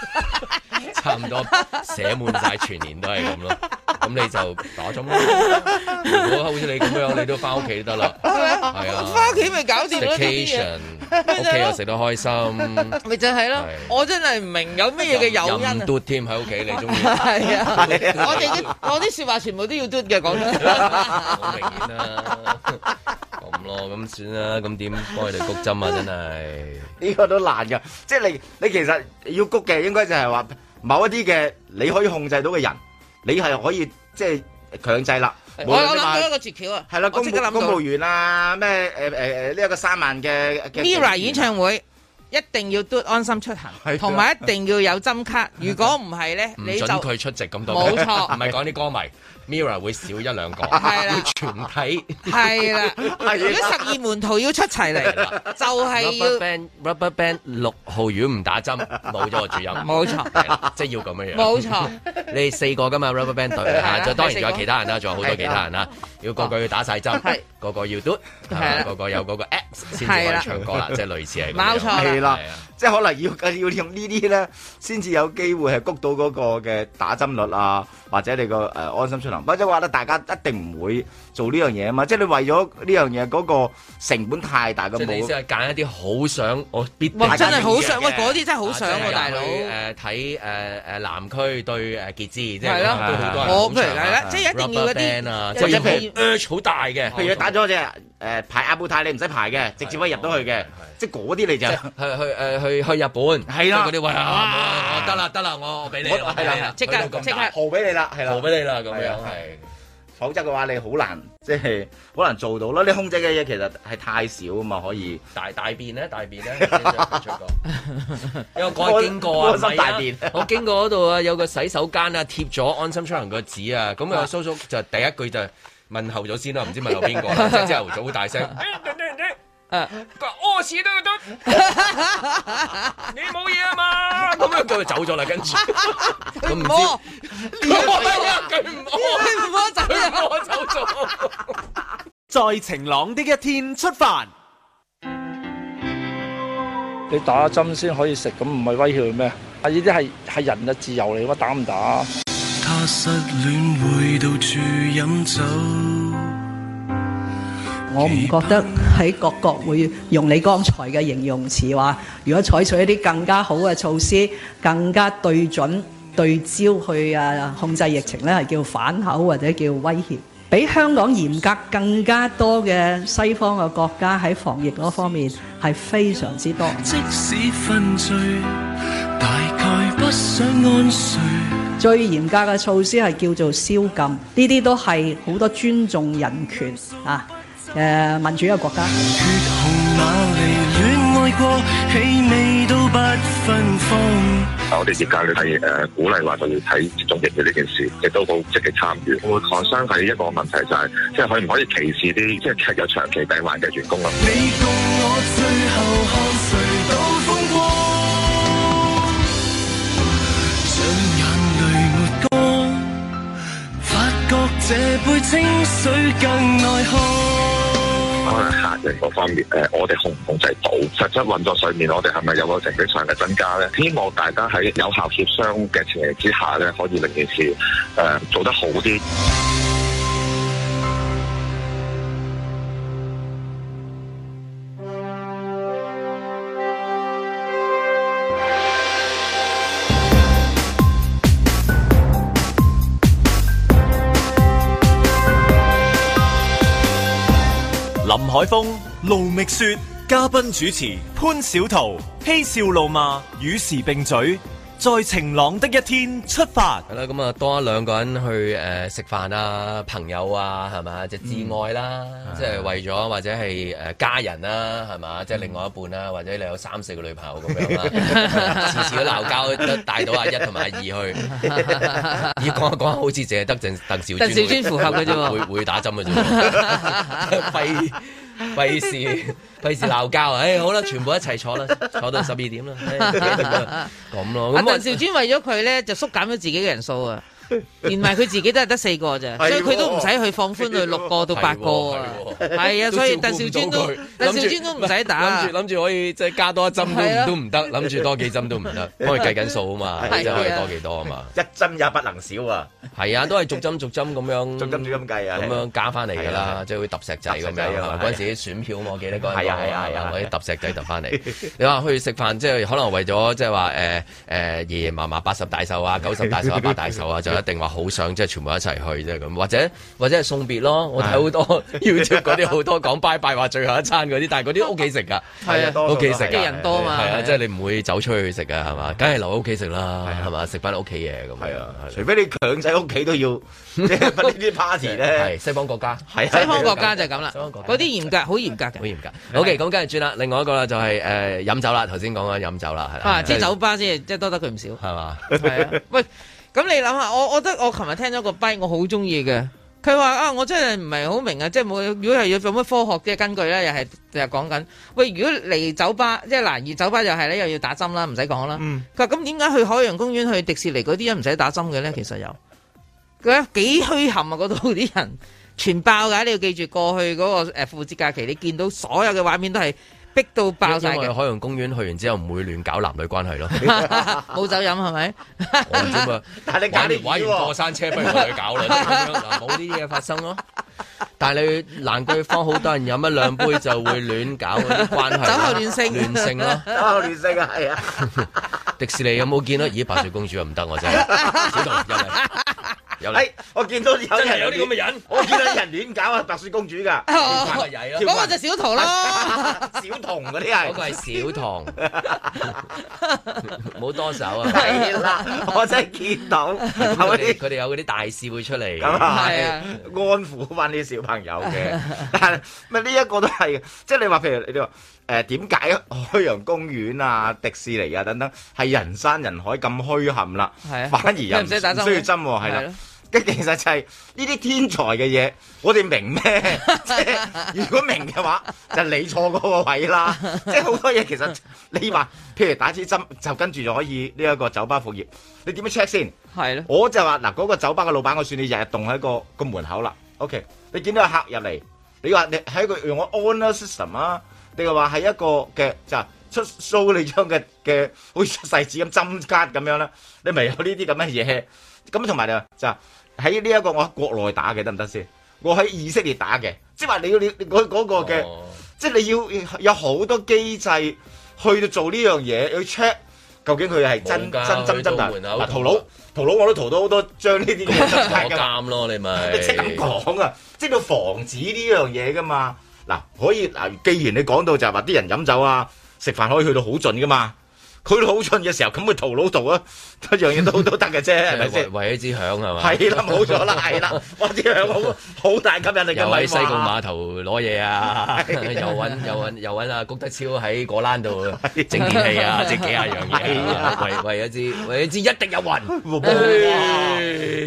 B: 差唔多寫滿晒全年都係咁 咯。咁你就打針咯。如果好似你咁樣，你都翻屋企得啦。係啊，
C: 翻屋企咪搞掂咯呢啲嘢
B: Vacation，屋企又食得開心，
C: 咪就係咯，我真係唔明有咩嘢嘅誘因
B: 任
C: 啊！
B: 嘟添喺屋企，你中意？
C: 係啊，
B: 係啊
C: 我哋嘅我啲説話全部都要嘟嘅講真。
B: 好明顯啦，咁咯，咁算啦，咁點幫佢哋谷針啊？真係。
D: 呢個都難噶，即係你你其實要谷嘅應該就係話某一啲嘅你可以控制到嘅人，你係可以即係強制啦。
C: 我我
D: 無
C: 諗
D: 論你話
C: 到一個絕橋啊！
D: 係啦，
C: 我
D: 公
C: 即刻諗
D: 務
C: 到
D: 公務員啊，咩誒誒誒呢一個三萬嘅嘅
C: Mira 演唱會一定要嘟安心出
D: 係啊
C: 行，同埋一定要有針卡。如果唔係咧，
B: 唔
C: 你就
B: 准佢出席咁多，
C: 冇 錯
B: 唔係講啲歌迷，Mirror 會少一兩個，
C: 係啦
B: 會全體
C: 係啦。如果
D: 係
C: 十二門徒要出齊嚟，就係
B: Rubber
C: 要
B: Band Rubber Band 六號如果唔打 針，冇咗個主音，
C: 冇錯
B: 係啦，即係要咁樣樣，
C: 冇錯。
B: 你哋四個噶嘛 Rubber Band 隊
C: 係
B: 啊，
C: 啦
B: 就當然
C: 係
B: 仲
C: 四個
B: 有其他人啦，仲有好多其他人啦，要個個要打晒針
C: 係，
B: 個個要嘟，係
C: 係
B: 嘛
C: 啦
B: 個個有嗰個 Apps 先至可
C: 係
B: 以
C: 啦
B: 唱 歌啦，即係類似係咁樣。
C: 冇錯啦
D: 係啦
B: 係啊，
D: 即係可能要要用呢啲咧，先至有機會係谷到嗰個嘅打針率啊，或者你個誒、呃安心出行。或者話咧，大家一定唔會做呢樣嘢啊嘛，即係你為咗呢樣嘢嗰個成本太大嘅
B: 即係你
D: 冇。
B: 先係揀一啲好想我必定
C: 哇！真
D: 大家
C: 係好想，
D: 要
C: 喂，
D: 嘅
C: 嗰啲真係好想
B: 啊
C: 喎，大佬。
B: 誒睇誒誒南區對誒傑志，即係
C: 係
B: 都好多
C: 咯，
B: 人
C: 我
B: 捧
C: 譬如
B: 場
C: 係啦，即係一定要嗰
B: Rubberband 啊，
C: 啲，
B: 即係譬
D: 譬
B: 如 urge 好大嘅，
D: 譬如你打咗隻
C: 哦
D: 誒排阿布泰，你唔使排嘅，直接可以入到去嘅，即係嗰啲你就
B: 即係 去去誒去去日本，
D: 係啦
B: 即嗰啲喂啊，我得啦得啦，我我俾你，
D: 我
B: 我俾
D: 係
B: 你
D: 啦
C: 即刻
B: 去到咁大
C: 即
D: 豪俾你啦，係啦
B: 豪，俾你啦，咁
D: 係
B: 樣
D: 啊
B: 係。
D: 否則嘅話你好難即係好難做到咯。你控制嘅嘢其實係太少啊嘛，可以。
B: 大大便咧，大便咧，你真係出 過因為我嗰日經過啊，
D: 安安心
B: 咪啊
D: 大便
B: 我經過嗰度啊，有個洗手間啊，貼咗安心出行個紙啊，咁啊，叔叔就第一句就問候咗先啦，唔知問候 邊個啦，即係朝頭早好大 聲，
C: 啊
B: 佢話屙屎都要 得，你冇嘢啊嘛，咁樣佢就走咗啦，跟 住
C: 佢
B: 咁唔
C: 唔
B: 知
C: 屙，
B: 佢唔屙，
C: 佢唔屙走
B: 佢
C: 咗。
B: 屙走咗。
A: 在晴朗的一天出發。
F: 你打針先可以食，咁唔係威脅佢咩？
L: 啊，呢啲係係人嘅自由嚟嘛，打唔打？
K: 他失戀會到處飲酒，
G: 我唔覺得喺各國會用你剛才嘅形容詞話，如果採取一啲更加好嘅措施，更加對準對焦去啊控制疫情呢係叫反口或者叫威脅。比香港嚴格更加多嘅西方嘅國家喺防疫嗰方面係非常之多。
K: 即使分醉，大概不想安睡。
G: 最嚴格嘅措施係叫做宵禁，呢啲都係好多尊重人權啊誒、民主嘅國家。
K: 那離戀愛過，氣味都不芬芳。
M: 我哋業界裏係誒呃鼓勵話就要睇接種疫苗呢件事，亦都好積極參與。我會 concern 係一個問題就係、即係佢唔可以歧視啲即係有長期病患嘅員工啊。
K: 我最後看誰都風光，將眼淚抹乾，發覺這杯清水更耐喝。
M: 可能客人嗰方面，誒、呃我哋控唔控制到？實質運作上面，我哋係咪有個成本上嘅增加咧？希望大家喺有效協商嘅前提之下咧，可以令件事誒、呃做得好啲。
A: 林海峰、卢觅雪，嘉宾主持潘小桃，嬉笑怒骂，与时并举，在晴朗的一天出发。
B: 係啦，咁啊多一兩個人去誒、呃食飯啊、朋友啊，係嘛？
C: 嗯
B: 即係摯愛啦，即係為咗或者係誒家人啦，係
C: 嗯
B: 嘛？即係另外一半啦，或者你有三四個女朋友咁 樣啦，次次都鬧交，都帶到阿一同埋阿二 去。咦，講一講下好似淨係得鄧鄧兆
C: 鄧兆尊符合嘅啫 喎
B: 會會打針嘅啫喎， 費費事費事鬧交啊！唉，好啦，全部一齊坐啦，坐到十二點啦，唉咁咯。
C: 阿
B: 咁我
C: 鄧兆尊為咗佢咧，就縮減咗自己嘅人數啊，連埋佢自己都係得四個咋，所以佢都唔使去放寬去六個到八個啊，係啊，所以鄧兆尊都鄧兆尊都唔使打
B: 諗，住諗住可以即係加多一
C: 係
B: 針
C: 啊
B: 都都唔得，諗住多幾針都唔得，因為計緊數啊嘛，
F: 係啊
B: 即係可以多幾多啊嘛。
F: 一針也不能少啊！
B: 係 啊，都係逐針逐針咁樣，逐針
F: 逐針計啊，啊
B: 咁樣加翻嚟㗎啦，即係會揼石仔咁樣。
F: 仔啊
B: 係咪
F: 係
B: 嗰陣時選票嘛，我記得嗰陣
F: 係啊係啊係啊
B: 我啲揼石仔揼翻嚟。 你話去食飯，即係可能為咗即係話誒誒爺爺嫲嫲八十大壽啊、九十大壽啊、八大壽 啊，就一定話好想即係全部一齊去啫咁，或者或者係送別咯。我睇
F: 啊
B: 好 多 YouTube 嗰啲好多講拜拜話最後一餐嗰啲，但係嗰啲屋企食㗎，
F: 係啊多
B: 屋
F: 數都係
B: 企食㗎，
F: 人多嘛
B: 係啊，
F: 係
B: 即係你唔會走出去食㗎係嘛，梗係留喺屋企食啦
F: 啊
B: 係嘛，食翻屋企嘢咁係啊，
F: 除非你強制屋企都要， 即係呢啲 party 咧，
B: 係西方國家，
F: 係啊
C: 西方國家就係咁啦，嗰啲嚴格好嚴格嘅，好
B: 嚴格。OK，咁跟住轉啦，另外一個啦就係誒飲酒啦，頭先講緊飲酒啦，係啦，
C: 啊，即係酒吧先，即係多得佢唔少。
B: 係嘛，
C: 係 啊喂，咁你諗下，我我覺得我琴日聽咗個 b 我好中意嘅。佢話啊，我真係唔係好明啊，即係冇，如果係有乜科學嘅根據咧，又係又係講緊，喂，如果嚟酒吧，即係嗱，而酒吧又係咧，又要打針啦，唔使講啦。
B: 嗯
C: 佢話咁點解去海洋公園、去迪士尼嗰啲人唔使打針嘅咧？其實有，佢話幾虛冚啊！嗰度啲人 全爆㗎，你要記住過去嗰個誒父節假期，你見到所有嘅畫面都係逼到爆晒
B: 因為
C: 嘅，
B: 海洋公園去完之後唔會亂搞男女關係咯，
C: 冇酒飲係咪？
B: 我唔知嘛。
F: 但係你
B: 玩完
F: 揀啲
B: 玩
F: 魚
B: 完過
F: 喎
B: 山車，不如我哋去搞啦，咁樣嗱冇呢啲嘢發生咯。但係你蘭桂坊好多人飲一兩杯就會亂搞嗰啲關係啦，
C: 酒後亂性，
B: 亂性咯。
F: 酒後亂性啊，係啊，
B: 迪士尼有冇見到？啊咦，白雪公主又唔得我真係，小童又嚟又嚟
F: 哎。我見到有
B: 真係
F: 係
B: 有啲咁嘅 人
F: 我見到有人亂搞啊白雪公主㗎，
C: 哦
F: 跳裙曳
C: 嗰個就小桃咯。
F: 小童嗰啲
B: 嗰
F: 係，
B: 個係小 童，唔好多手
F: 係
B: 啊！
F: 啦，我真係見到
B: 佢
F: 有
B: 哋
F: 啲
B: 佢哋有嗰啲大使會出嚟，
F: 咁
B: 係
F: 啊，係
B: 啊
F: 安撫翻啲小朋友嘅。但係咪呢一個都係嘅，即係你話譬如你話誒點解海洋公園啊、迪士尼啊等等係人山人海咁虛冚啦，
C: 係啊
F: 反而又
C: 你唔使打針
F: 需要針喎，係
C: 係
F: 啦
C: 咯。
F: 跟其實就係呢啲天才嘅嘢，我哋明咩？即係如果明嘅話，就你錯嗰個位 啦。即係好多嘢其實你話，譬如打支針就跟住就可以呢一個酒吧復業，你點樣 check 先？
C: 係咯。
F: 我就話嗱，嗰、個酒吧嘅老闆，我算你日日棟喺個個門口啦。OK，你見到有客入嚟，你話你喺一個用個 honor system 啊，定係話係一個嘅就係出 show 你張嘅嘅好似出世紙咁針卡咁樣啦，你咪有呢啲咁嘅嘢。咁同埋就就喺呢一個我喺國內打嘅得唔得先？我喺以色列打嘅，即係話你要你嗰嗰個嘅，
B: 哦
F: 即係你要有好多機制去到做呢樣嘢，去 check 究竟佢係真
B: 冇㗎
F: 真真
B: 去
F: 真
B: 到
F: 啊！
B: 門口
F: 嗱，屠佬屠佬我都屠到好多將呢啲嘢真
B: 坐
F: 係㗎。
B: 監咯，你咪
F: 即係咁講啊，即係要防止呢樣嘢噶嘛。嗱，可以嗱，既然你講到就係話啲人飲酒啊、食飯可以去到好盡噶嘛，去到好盡嘅時候，咁佢屠佬度啊， 一樣 嘢都都得嘅啫，係咪
B: 為
F: 先？
B: 為一支響係嘛？
F: 係啦，冇錯啦，係啦，哇！啲樣好好大吸引 力
B: 又
F: 嘅咪
B: 喺西貢
F: 話
B: 碼頭攞嘢啊，又
F: 係
B: 揾又揾又揾阿谷德超喺果欄度整電器 啊，整幾廿樣嘢啊，為為一支為一支一定有雲，呢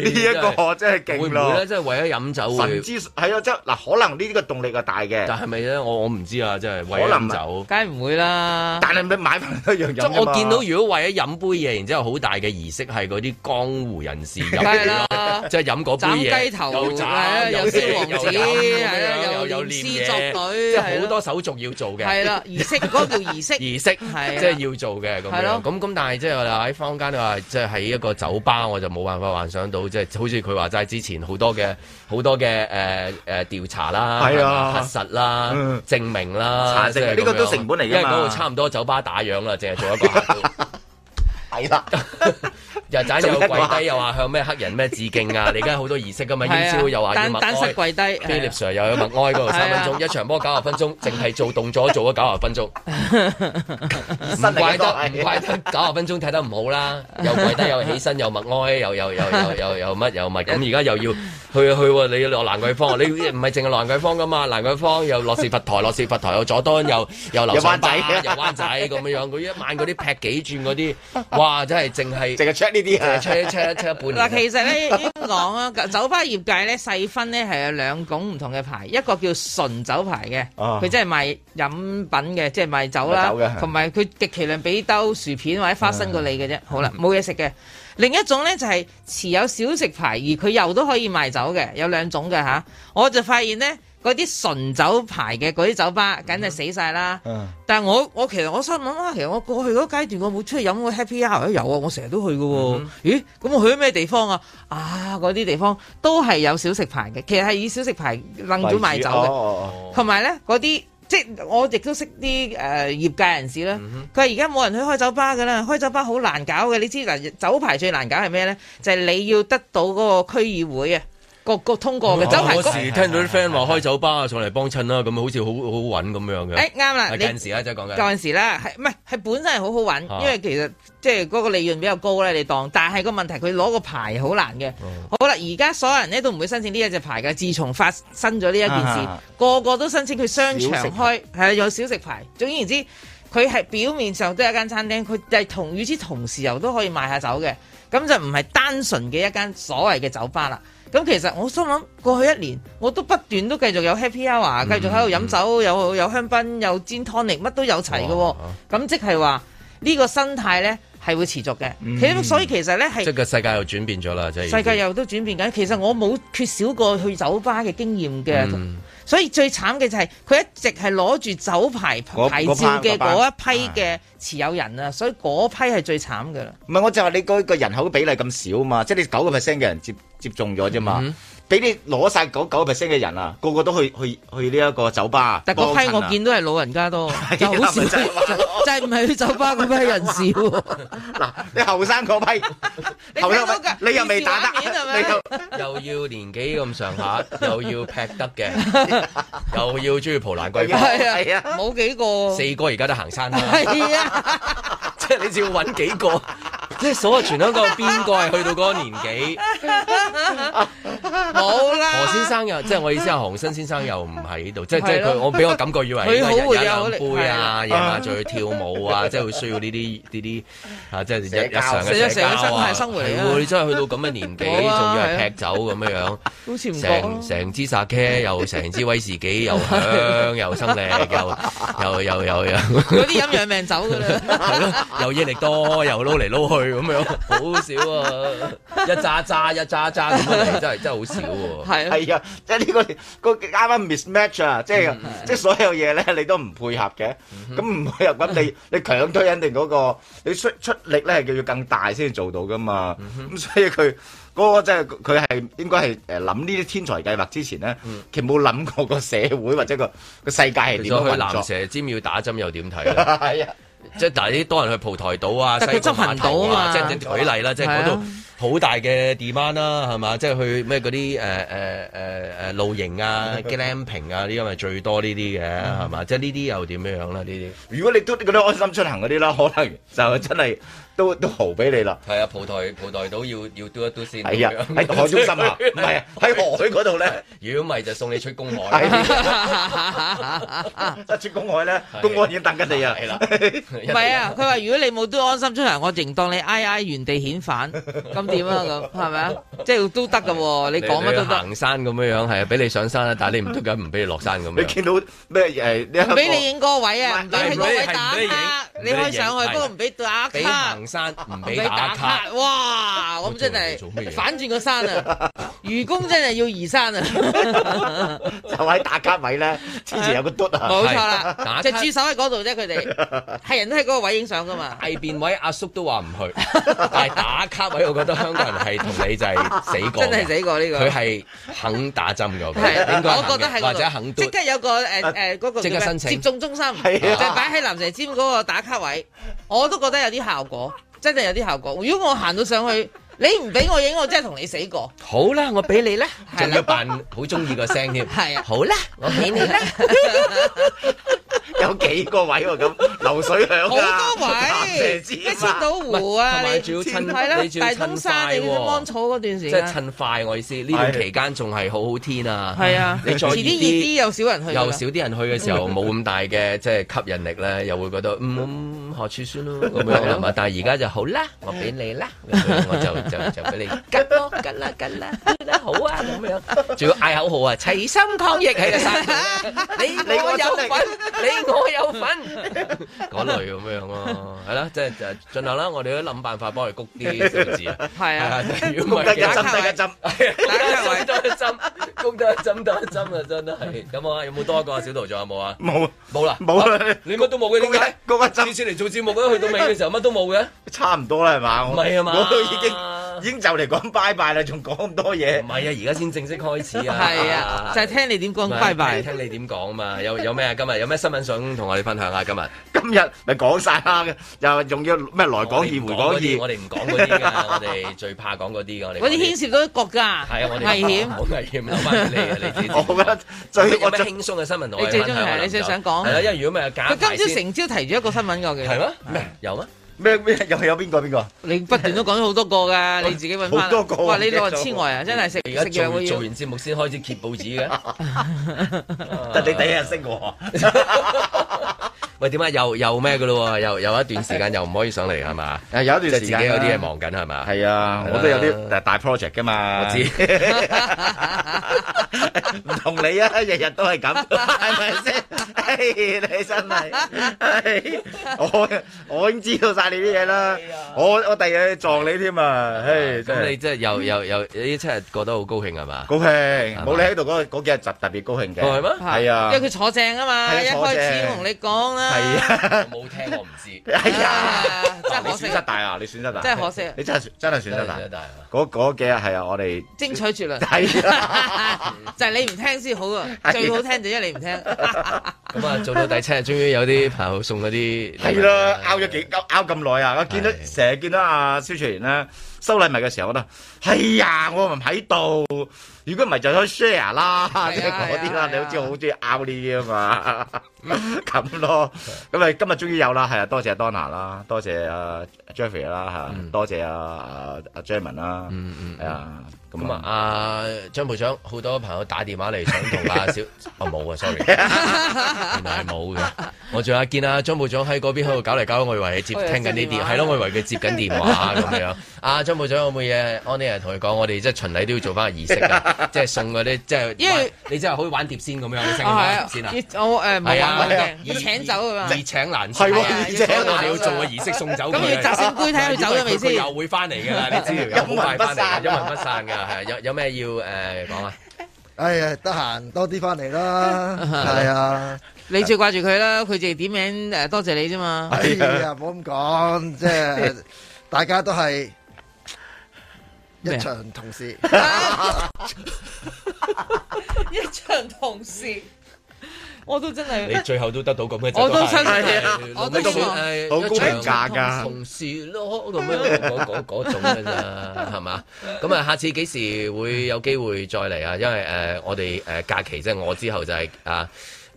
F: 呢一個真係勁
B: 會唔
F: 咯
B: 會咧？即係為咗飲酒會
F: 神，之係啊，即係嗱，可能呢啲嘅動力係大嘅，
B: 但係咪咧？我我唔知啊，即係為
F: 可
B: 咗
F: 能
B: 飲酒。
C: 梗係唔會啦。
F: 但係咪買翻一樣飲
B: 即
F: 㗎
B: 係
F: 嘛？
B: 我見到， 如果為咗飲杯嘢，然之後好大嘅儀式係嗰啲江湖人士飲，
C: 梗係啦
B: 即係飲嗰杯嘢，
C: 斬雞頭
B: 又斬
C: 係啊
B: 又
C: 又燒
B: 食
C: 黃
B: 又飲咁
C: 紙
B: 樣
C: 係啊
B: 又
C: 又
B: 有念
C: 念詩
B: 嘢
C: 作對
B: 即
C: 係
B: 係好
C: 啦
B: 多手續要做嘅，
C: 係啦，儀式嗰個叫儀式，
B: 儀式
C: 係啊
B: 即係要做嘅咁樣。
C: 係咯
B: 咁咁，但係即係話喺坊間話，即係喺一個酒吧，我就冇辦法幻想到，即係好似佢話齋之前好多嘅好多嘅誒誒調查啦，係
F: 係啊
B: 嘛核實啦
F: 嗯、
B: 證明啦，
F: 查證
B: 即係咁
F: 呢個都
B: 樣
F: 成本嚟㗎
B: 因為嗰
F: 嘛
B: 度差唔多酒吧打烊啦，淨係做一個客戶。
F: 係啦，
B: 日仔又
F: 做一個
B: 跪低，又話向咩黑人咩致敬 啊！你而家好多儀式噶嘛，
C: 係啊
B: 英超又話要默
C: 單單
B: 哀
C: 膝跪低係啊
B: Philip Sir 又有默哀嗰度三
C: 係
B: 分
C: 啊
B: 鐘，一場波九十分鐘，淨係做動作做咗九十分 鐘。唔怪得唔怪得九十分鐘睇得唔好 啦，又跪低又起身又默哀又又又又又又乜又乜咁，而家又要去去喎，你要落蘭桂坊，你唔係淨係蘭桂坊噶嘛，蘭桂坊又落士佛台，落士佛台又佐敦 又又流上巴
F: 又灣仔
B: 又灣仔咁樣樣，佢一晚嗰啲劈幾轉嗰啲，哇！真係淨係
F: 淨係 check 呢啲
B: 淨
F: 啊
B: 係 check check check 半年啊。
C: 嗱，其實咧 應講啊，酒吧業界咧細分咧係有兩種唔同嘅牌，一個叫純酒牌嘅，
B: 啊
C: 佢即係賣飲品嘅，即係賣酒啦
B: 賣酒嘅，
C: 同埋佢極其量俾兜薯片或者花生過你
B: 啊
C: 嘅啫。好 啦，冇嘢食嘅。另一種咧就係持有小食牌，而佢又都可以賣酒嘅，有兩種嘅吓。我就發現咧，嗰啲純酒牌嘅嗰啲酒吧，梗係死晒啦。但係我我其實我心諗啊，其實我過去嗰階段我冇出去飲過 happy hour 都有啊，我成日都去嘅喎。咦，咁我去咗咩地方啊？啊，嗰啲地方都係有小食牌嘅，其實係以小食牌楞咗賣酒 嘅。
F: 嘅
C: 同埋咧嗰啲。即係我亦都識啲誒、呃、業界人士啦，佢話而家冇人去開酒吧㗎啦，開酒吧好難搞嘅。你知嗱，酒牌最難搞係咩咧？就係、你要得到嗰個區議會啊，個個通過嘅酒
B: 哦
C: 牌
B: 我
C: 局
B: 嗰時聽到啲 friend 話開酒吧啊上嚟幫襯啦，咁好似好好好揾咁樣嘅。
C: 誒啱啦
B: 係
C: 哎你
B: 近時啦，啊即係講緊
C: 嗰陣時啦，係唔係係本身係好好
B: 啊
C: 揾，因為其實即係嗰個利潤比較高咧，你當。但係個問題佢攞個牌好難嘅。
N: 哦
C: 好啦，而家所有人咧都唔會申請呢一隻牌嘅。自從發生咗呢一件事
N: 啊，
C: 個個都申請佢商場
N: 小食
C: 開，係啊有小食牌。總言之，佢係表面上都有一間餐廳，佢但係同與之同時又都可以賣下酒嘅。咁就唔係單純嘅一間所謂嘅酒吧啦。咁其實我心諗過去一年，我都不斷都繼續有 happy hour，繼續喺度飲酒，有有香檳，有煎湯力，乜都有齊嘅喎。咁即係話呢個生態呢係會持續嘅。
B: 嗯
C: 其實所以其實呢
B: 即係
C: 係
B: 個世界又轉變咗啦，即係
C: 世界又都轉變緊。其實我冇缺少過去酒吧嘅經驗嘅。
B: 嗯
C: 所以最慘嘅就係佢一直係攞住酒牌
F: 嗰
C: 牌照嘅
F: 嗰班
C: 嗰一批嘅持有人啊，所以嗰批係最慘嘅啦。
F: 唔係，我就話你嗰個人口比例咁少嘛，即係你九個 percent 嘅人接接種咗啫嘛，
C: 嗯
F: 俾、你攞晒九九 percent 嘅人啊，個個都去去去呢一個酒吧。
C: 但嗰批
F: 幫襯
C: 我
F: 啊
C: 見都係老人家多，就好少，就
F: 咪就係
C: 就係唔係去酒吧嗰批人士喎。
F: 你後生 嗰批，後生嗰批你又未打得，你又
B: 又要年紀咁上 下，又要劈得嘅，又要中意蒲蘭桂坊，
C: 係啊，冇幾個。
B: 四哥而家都行山啦，
C: 係啊，
B: 即係你只要揾幾個，即係所下全香港有邊個係去到嗰個年紀？
C: 冇
B: 何
C: 啦。
B: 先生 又即係我意思係何新先生又唔喺度，即係即係
C: 係咯
B: 佢我俾我感覺以為
C: 佢好
B: 應該
C: 活
B: 日日
C: 有
B: 飲
C: 力
B: 杯啊，
C: 係
B: 夜晚仲去跳舞 啊，即係會需要呢啲呢啲啊，即係日
C: 社
B: 日
C: 交
B: 常
C: 成
B: 嘅
C: 個
B: 社交
C: 生
B: 啊，
C: 態生活嚟啊
B: 係喎你真係去到咁嘅年紀，
C: 冇啊
B: 仲要
C: 係
B: 係
C: 啊
B: 劈酒咁樣樣，
C: 好似唔覺
B: 成成支沙 茄又成支威士忌又香又生力又又又又又
C: 嗰啲飲養命酒㗎啦。
B: 又益力多又撈嚟撈咁樣，好少啊！一扎扎一扎扎咁樣嚟，真係真係好少喎。
F: 係啊，即係呢個個啱啱 mismatch 啊，即係即係所有嘢咧，你都唔配合嘅。咁唔配合咁，你你強推人哋嗰個，你出出力咧係要更大先做到噶嘛。咁所以佢嗰個即係佢係應該係誒諗呢啲天才計劃之前咧，其實冇諗過個社會或者個個世界係
B: 其
F: 點
B: 實
F: 樣
B: 去
F: 運
B: 南
F: 作。
B: 蛇尖要打針又點睇啊？
F: 係啊。
B: 即係但係啲多人去蒲台島啊，
C: 但佢
B: 西貢
C: 執行
B: 碼頭
C: 到啊嘛
B: 即係舉例啦，即係
C: 係
B: 嗰
C: 啊
B: 度好大嘅 demand 啦，係嘛？即係去咩嗰啲誒誒誒誒露營啊、glamping 啊，呢啲咪最多呢啲嘅係嘛？即係呢啲又點樣樣啦？呢啲
F: 如果你都覺得安心出行嗰啲啦，可能就真係都都豪俾你啦。
B: 係啊，蒲台蒲台島要要嘟一嘟先。
F: 係啊，喺海中心啊，唔係啊， 喺河海嗰度咧。
B: 如果唔係就送你出公海。
C: 啊
F: 係一出公海咧，公安已經等緊你啊！係啦，
C: 唔係啊，佢話如果你冇都安心出行，我仍當你 I I 原地遣返，咁點啊咁係咪啊？即係都得㗎喎，你講乜都
B: 你
C: 得，
B: 行山咁樣樣係啊，俾你上山啊，但係你唔得緊，唔俾你落山咁樣。
F: 你見到咩誒？呢一
C: 唔
F: 個
C: 俾你影嗰個位啊，唔俾喺嗰個位打
B: 唔俾你
C: 卡，
B: 影
C: 你可以上
B: 唔俾你影
C: 去，不過唔俾打
B: 俾
C: 卡。
B: 行山唔
C: 唔俾
B: 俾打
C: 打
B: 卡
C: 卡，。哇！咁真
B: 做咩
C: 係
B: 嘢
C: 反轉個 山啊！愚公真係要移山啊！
F: 就喺打卡位咧，之前有 個篤啊，
C: 冇錯啦
B: 係打，卡
C: 隻豬手喺嗰度啫，佢哋係人都喺嗰個位影相噶嘛。
B: 大便位阿叔都話唔去， 但係打卡位，我覺得香港人係同你就係死過嘅，
C: 真係死過呢個
B: 佢係肯打針㗎，
C: 係，
B: 應該
C: 我
B: 肯
C: 覺得
B: 嘅
C: 係
B: 或
C: 嗰
B: 者
C: 度
B: 肯
C: 即
B: 嘟。
C: 刻有個誒誒嗰個
B: 即刻
C: 叫咩
B: 申請
C: 接種中心，就
B: 係啊
C: 擺喺南蛇尖嗰個打卡位，我都覺得有啲效果，真係有啲效果。如果我行到上去，你唔俾我影，我真係同你死 過。
B: 好啦，我俾你啦，
C: 係啦
B: 仲要扮 好中意個聲添。
C: 係啊
B: 好啦，我俾你啦。
F: 有幾個位喎咁流水響啊，
C: 好多位， 一千島湖啊，
B: 同埋
C: 你
B: 仲要趁
C: 係啦
B: 你仲要
C: 大
B: 趁
C: 東山
B: 快
C: 你要
B: 喎
C: 芒草嗰段時
B: 即
C: 間
B: 係。趁快，我意思呢段期間仲係好好天啊！
C: 係啊
B: 你再
C: 遲啲熱啲又少人去㗎啦
B: 又少啲人去嘅時候冇咁大嘅即係吸引力咧，又會覺得嗯咁何處算咯咁樣係嘛？但係而家就好啦，我俾你啦，咁樣我就就就俾你吉咯吉啦吉啦吉 啦好啊咁樣，仲要嗌口號啊！齊心抗疫喺個山度，啊 你
H: 你
B: 我
H: 我
B: 有
H: 出
B: 份
H: 力，
B: 你我有份，嗰類咁樣咯，係啦，即係就盡量啦，我哋都諗辦法幫佢谷 啲數字啊，
C: 係啊，
B: 如果唔係
F: 得一針
B: 嘅
F: 得一針，
B: 啊多一針，攻多一針，多一針啊！真係咁啊！有冇多一個啊？小桃仲有冇啊？
F: 冇
B: 冇啦，
F: 冇啦
B: 啊，你乜都冇嘅，點解？
F: 嗰個針
B: 次次嚟做節目咧，去到尾嘅時候乜都冇嘅，
F: 差唔多啦係嘛？我
B: 唔係啊嘛
F: 我都已經已經就嚟講拜拜啦，仲講咁多嘢，唔
B: 係啊，而家先正式開始啊
C: 係啊，就係聽你點講拜拜。
B: 聽你點講嘛？有有咩啊？今日有咩新聞想同我哋分享啊？今日
F: 今日咪講晒啦，又仲要咩來港二回港
B: 嗰啲
F: 二，
B: 我哋唔講嗰啲㗎， 我哋最怕講嗰啲㗎，我哋
C: 嗰啲牽涉到國家，
B: 係啊，我哋
C: 危險。
B: 好危險，留翻你啊，你 自己。我
F: 覺得最
B: 有咩輕鬆嘅新聞同我哋
C: 你最
B: 分
C: 中意
B: 享啊
C: 係你最想講
B: 係啦，因為如果咪假
C: 佢
B: 排
C: 今朝
B: 先
C: 成朝提咗一個新聞㗎，我記得。
B: 係咩？咩有咩？
F: 咩咩又有邊個邊個？
C: 你不斷都講咗好多個㗎，你自己揾翻。
F: 好多個
C: 哇！你老人痴呆啊，真係食
B: 而
C: 食
B: 家
C: 藥
B: 做
C: 喎
B: 做
C: 要。
B: 完節目先開始揭報紙嘅，
F: 得你第一日識我。
B: 喂，點解啊又又咩嘅咯喎？又又一段時間又唔可以上嚟係嘛？
F: 誒有一段
B: 即係
F: 時間啦
B: 自己有啲嘢忙緊係嘛？
F: 係啊，我都有啲大大 project 噶嘛。
B: 我知
F: 唔同你啊，日日都係咁，係咪先？唉，你真係，唉我我已經知道晒你啲嘢啦。我我第日去撞你添啊！唉，真
B: 咁你
F: 係
B: 即係又又又呢七日過得好高興係嘛？
F: 高興，冇你喺度嗰嗰幾日就特別高興嘅。
B: 哦係咩
F: 係啊
C: 因。為佢坐正啊嘛，一
F: 係啊坐
C: 開
F: 正
C: 始同你講啦，
F: 係 啊，
B: 冇聽我唔知。
F: 哎呀，
C: 真係
F: 你
C: 可
F: 損
C: 惜
F: 失大啊！你損失大，
C: 真係可惜啊
F: 你真係 真係損失
B: 真係損失大
F: 大
B: 啊。
F: 嗰嗰幾日係啊，我哋
C: 精取絕倫。
F: 係
C: 就係你唔聽先好啊，
F: 係啊
C: 最好聽就因為你唔聽。
B: 咁 啊，做到第七日，終於有啲朋友送嗰啲
F: 係啦，拗咗幾拗拗咁耐啊！我見到成日見到阿蕭卓然咧收禮物嘅時候，我都係呀，我唔喺度。如果唔係就可以 share 啦，即係嗰啲啦。你好似好中意拗呢啲啊嘛， 咁咯。咁啊，今日終於有啦，係啊，多謝 Donna 啦，多謝阿 Jeffrey 啦，嚇，多謝阿阿阿 Jeremy 啦，係啊，咁
B: 咁啊，
F: 啊，
B: 阿張部長好多朋友打電話嚟想同 阿小，哦冇啊，sorry，原來係冇嘅。我仲有啊 見阿張部長喺嗰邊喺度搞嚟搞去，我以為係接聽緊呢啲，係咯，我以為佢接緊電話咁樣。啊張部長有冇嘢 on air 同佢講？我哋即係循例都要做翻個儀式 㗎，即係送嗰啲即係玩，
C: 因為
B: 你真係可以玩碟仙咁樣，你識唔識玩碟仙啊
C: 哦？係啊，我誒冇
B: 係啊
C: 玩過嘅，
B: 要
C: 要請走㗎嘛
B: 而。請難
C: 係喎
B: 而
C: 要請難
B: 我哋要做個儀式送走佢。啊
C: 咁要擲聖杯睇下佢走咗未先
B: 佢又會翻嚟㗎啦，你 知條友好快翻嚟㗎，一文不散㗎，係啊有有咩要誒 講啊？
N: 哎呀，得閒多啲翻嚟啦，係啊，
C: 你最掛住佢啦，佢就點名誒多謝你啫嘛。
N: 哎呀，唔好咁講，即係大家都係一場同事。
C: 一場同事，我都真係
B: 你最後都得到咁嘅結果，
C: 我都相信
B: 係啊
C: 係我都希望
B: 誒
C: 好高評價
B: 呃一場同事咯，咁樣嗰 嗰嗰種㗎咋，係嘛？咁啊，下次幾時會有機會再嚟啊？因為誒，我哋誒假期即係我之後就係啊。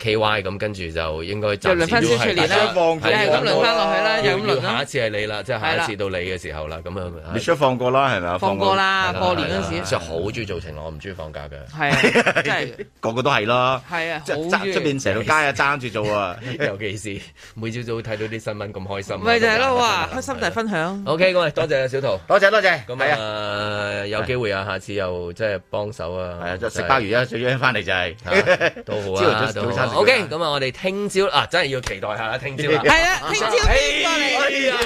B: K Y 咁跟住就應該
C: 就
B: 暫
C: 輪
B: 時
C: 翻
B: 都
C: 蕭翠
B: 係啊
C: 蓮啦
B: 大家
C: 又係咁輪翻落去啦
B: 要
C: 又啊咁輪啦
B: 要下一次係你啦，即係下
C: 係
B: 一
C: 啦
B: 次到你嘅時候啦，咁啊，
F: 你出放過啦，係咪啊？
C: 放過啦過年嗰陣時
B: 時，即係好中意做情侶，我唔中意放假 嘅。
C: 係啊，真係
F: 個個都係啦，
C: 係啊，
F: 即
C: 好
F: 係爭出邊成條街啊爭住做啊，
B: 尤其是每朝早睇到啲新聞咁開心啊，
C: 咪就係
B: 咁
C: 咯，
B: 樣
C: 哇！開心大分享。
B: O K，咁啊，多謝小桃，
F: 多謝多謝。
B: 咁啊，有機會啊，下次又即係幫手啊，係啊，
F: 食鮑魚啊，最緊翻嚟就係
B: 都好
F: 朝頭
B: 啊，
F: 早
B: 都
F: 早餐
B: 好。
F: 食
B: O K，咁啊，我哋聽朝啊，真係要期待下啦，聽朝
C: 係啊，聽朝邊個嚟？
B: 哎呀
C: 啊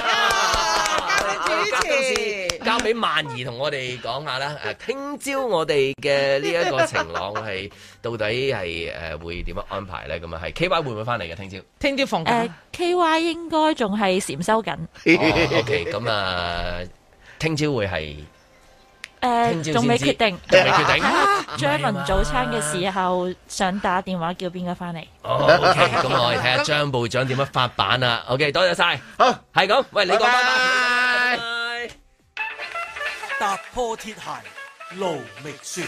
C: 主持
B: 交俾萬兒同我哋講下啦。誒，聽朝我哋嘅呢一個晴朗係到底係誒會點樣安排咧？咁啊，係 K Y 會唔會翻嚟嘅 聽朝？
C: 聽朝放
O: 誒 K Y 應該仲係禪修緊，
B: 哦 OK，咁啊，聽朝會係聽朝
O: 誒
B: 先
O: 仲未
B: 知
O: 決定，
B: 仲未決
O: 睇
B: 定
O: 下張文早餐嘅時候想打電話叫邊個翻嚟？
B: 哦，OK，咁我哋睇下張部長點樣發版啊。OK，多謝晒。好，係咁，喂，你講拜拜。
A: 踏破鐵鞋路未絕。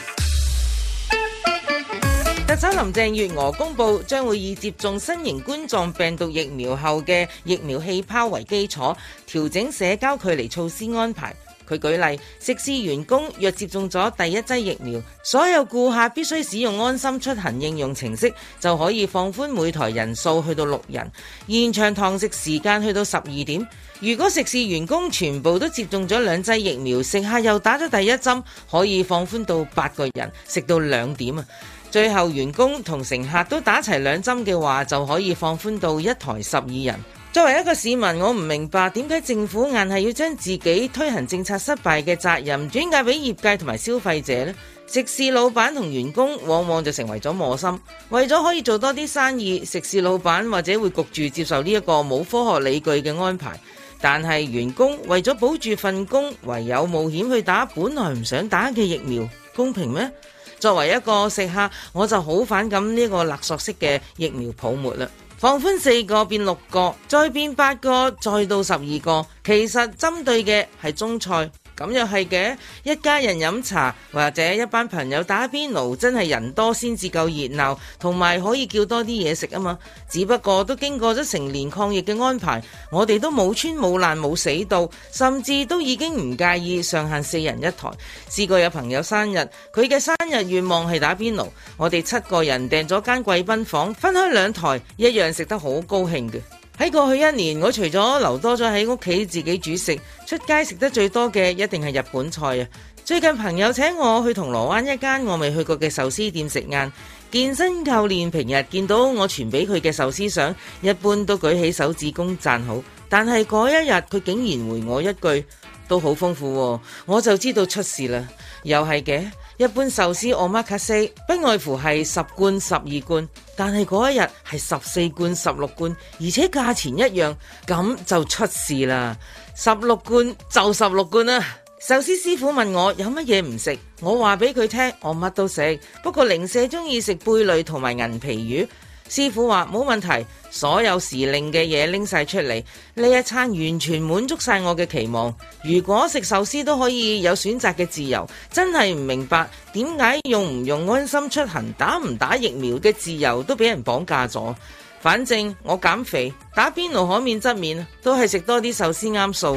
C: 特首林鄭月娥公布，將會以接種新型冠狀病毒疫苗後嘅疫苗氣泡為基礎，調整社交距離措施安排。佢舉例，食肆員工若接種咗第一劑疫苗，所有顧客必須使用安心出行應用程式，就可以放寬每台人數去到六人，延長堂食時間去到十二點。如果食肆員工全部都接種咗兩劑疫苗，食客又打咗第一針，可以放寬到八個人，食到兩點啊！最後員工同乘客都打齊兩針嘅話，就可以放寬到一台十二人。作為一個市民，我唔明白點解政府硬係要將自己推行政策失敗嘅責任轉嫁俾業界同埋消費者呢？食肆老闆同員工往往就成為咗磨心，為咗可以做多啲生意，食肆老闆或者會焗住接受呢一個冇科學理據嘅安排。但係員工為咗保住份工，唯有冒險去打本來唔想打嘅疫苗，公平咩？作為一個食客，我就好反感呢個勒索式嘅疫苗泡沫啦。放寬四個變六個，再變八個，再到十二個。其實針對嘅係中菜，咁又係嘅。一家人飲茶或者一班朋友打邊爐，真係人多先至夠熱鬧，同埋可以叫多啲嘢食啊嘛。只不過都經過咗成年抗疫嘅安排，我哋都冇穿冇爛冇死到，甚至都已經唔介意上限四人一台。試過有朋友生日，佢嘅生日願望係打邊爐，我哋七個人訂咗間貴賓房，分開兩台，一樣食得好高興嘅。喺過去一年，我除咗留多咗喺屋企自己煮食，出街食得最多嘅一定係日本菜啊！最近朋友請我去銅鑼灣一間我未去過嘅壽司店食晏，健身教練平日見到我傳俾佢嘅壽司相，一般都舉起手指公讚好，但係嗰一日佢竟然回我一句都好豐富喎，我就知道出事啦。又係嘅，一般壽司 omakase 不外乎係十罐十二罐，但係嗰一日係十四罐十六罐，而且價錢一樣，咁就出事啦。十六罐就十六罐啦。壽司師傅問我有乜嘢唔食，我話俾佢聽，我乜都食，不過零舍中意食貝類同埋銀皮魚。師傅話冇問題，所有時令嘅嘢拎晒出嚟，呢一餐完全滿足晒我嘅期望。如果食壽司都可以有選擇嘅自由，真係唔明白點解用唔用安心出行、打唔打疫苗嘅自由都俾人綁架咗。反正我減肥，打邊爐可免則免，都係食多啲壽司啱數。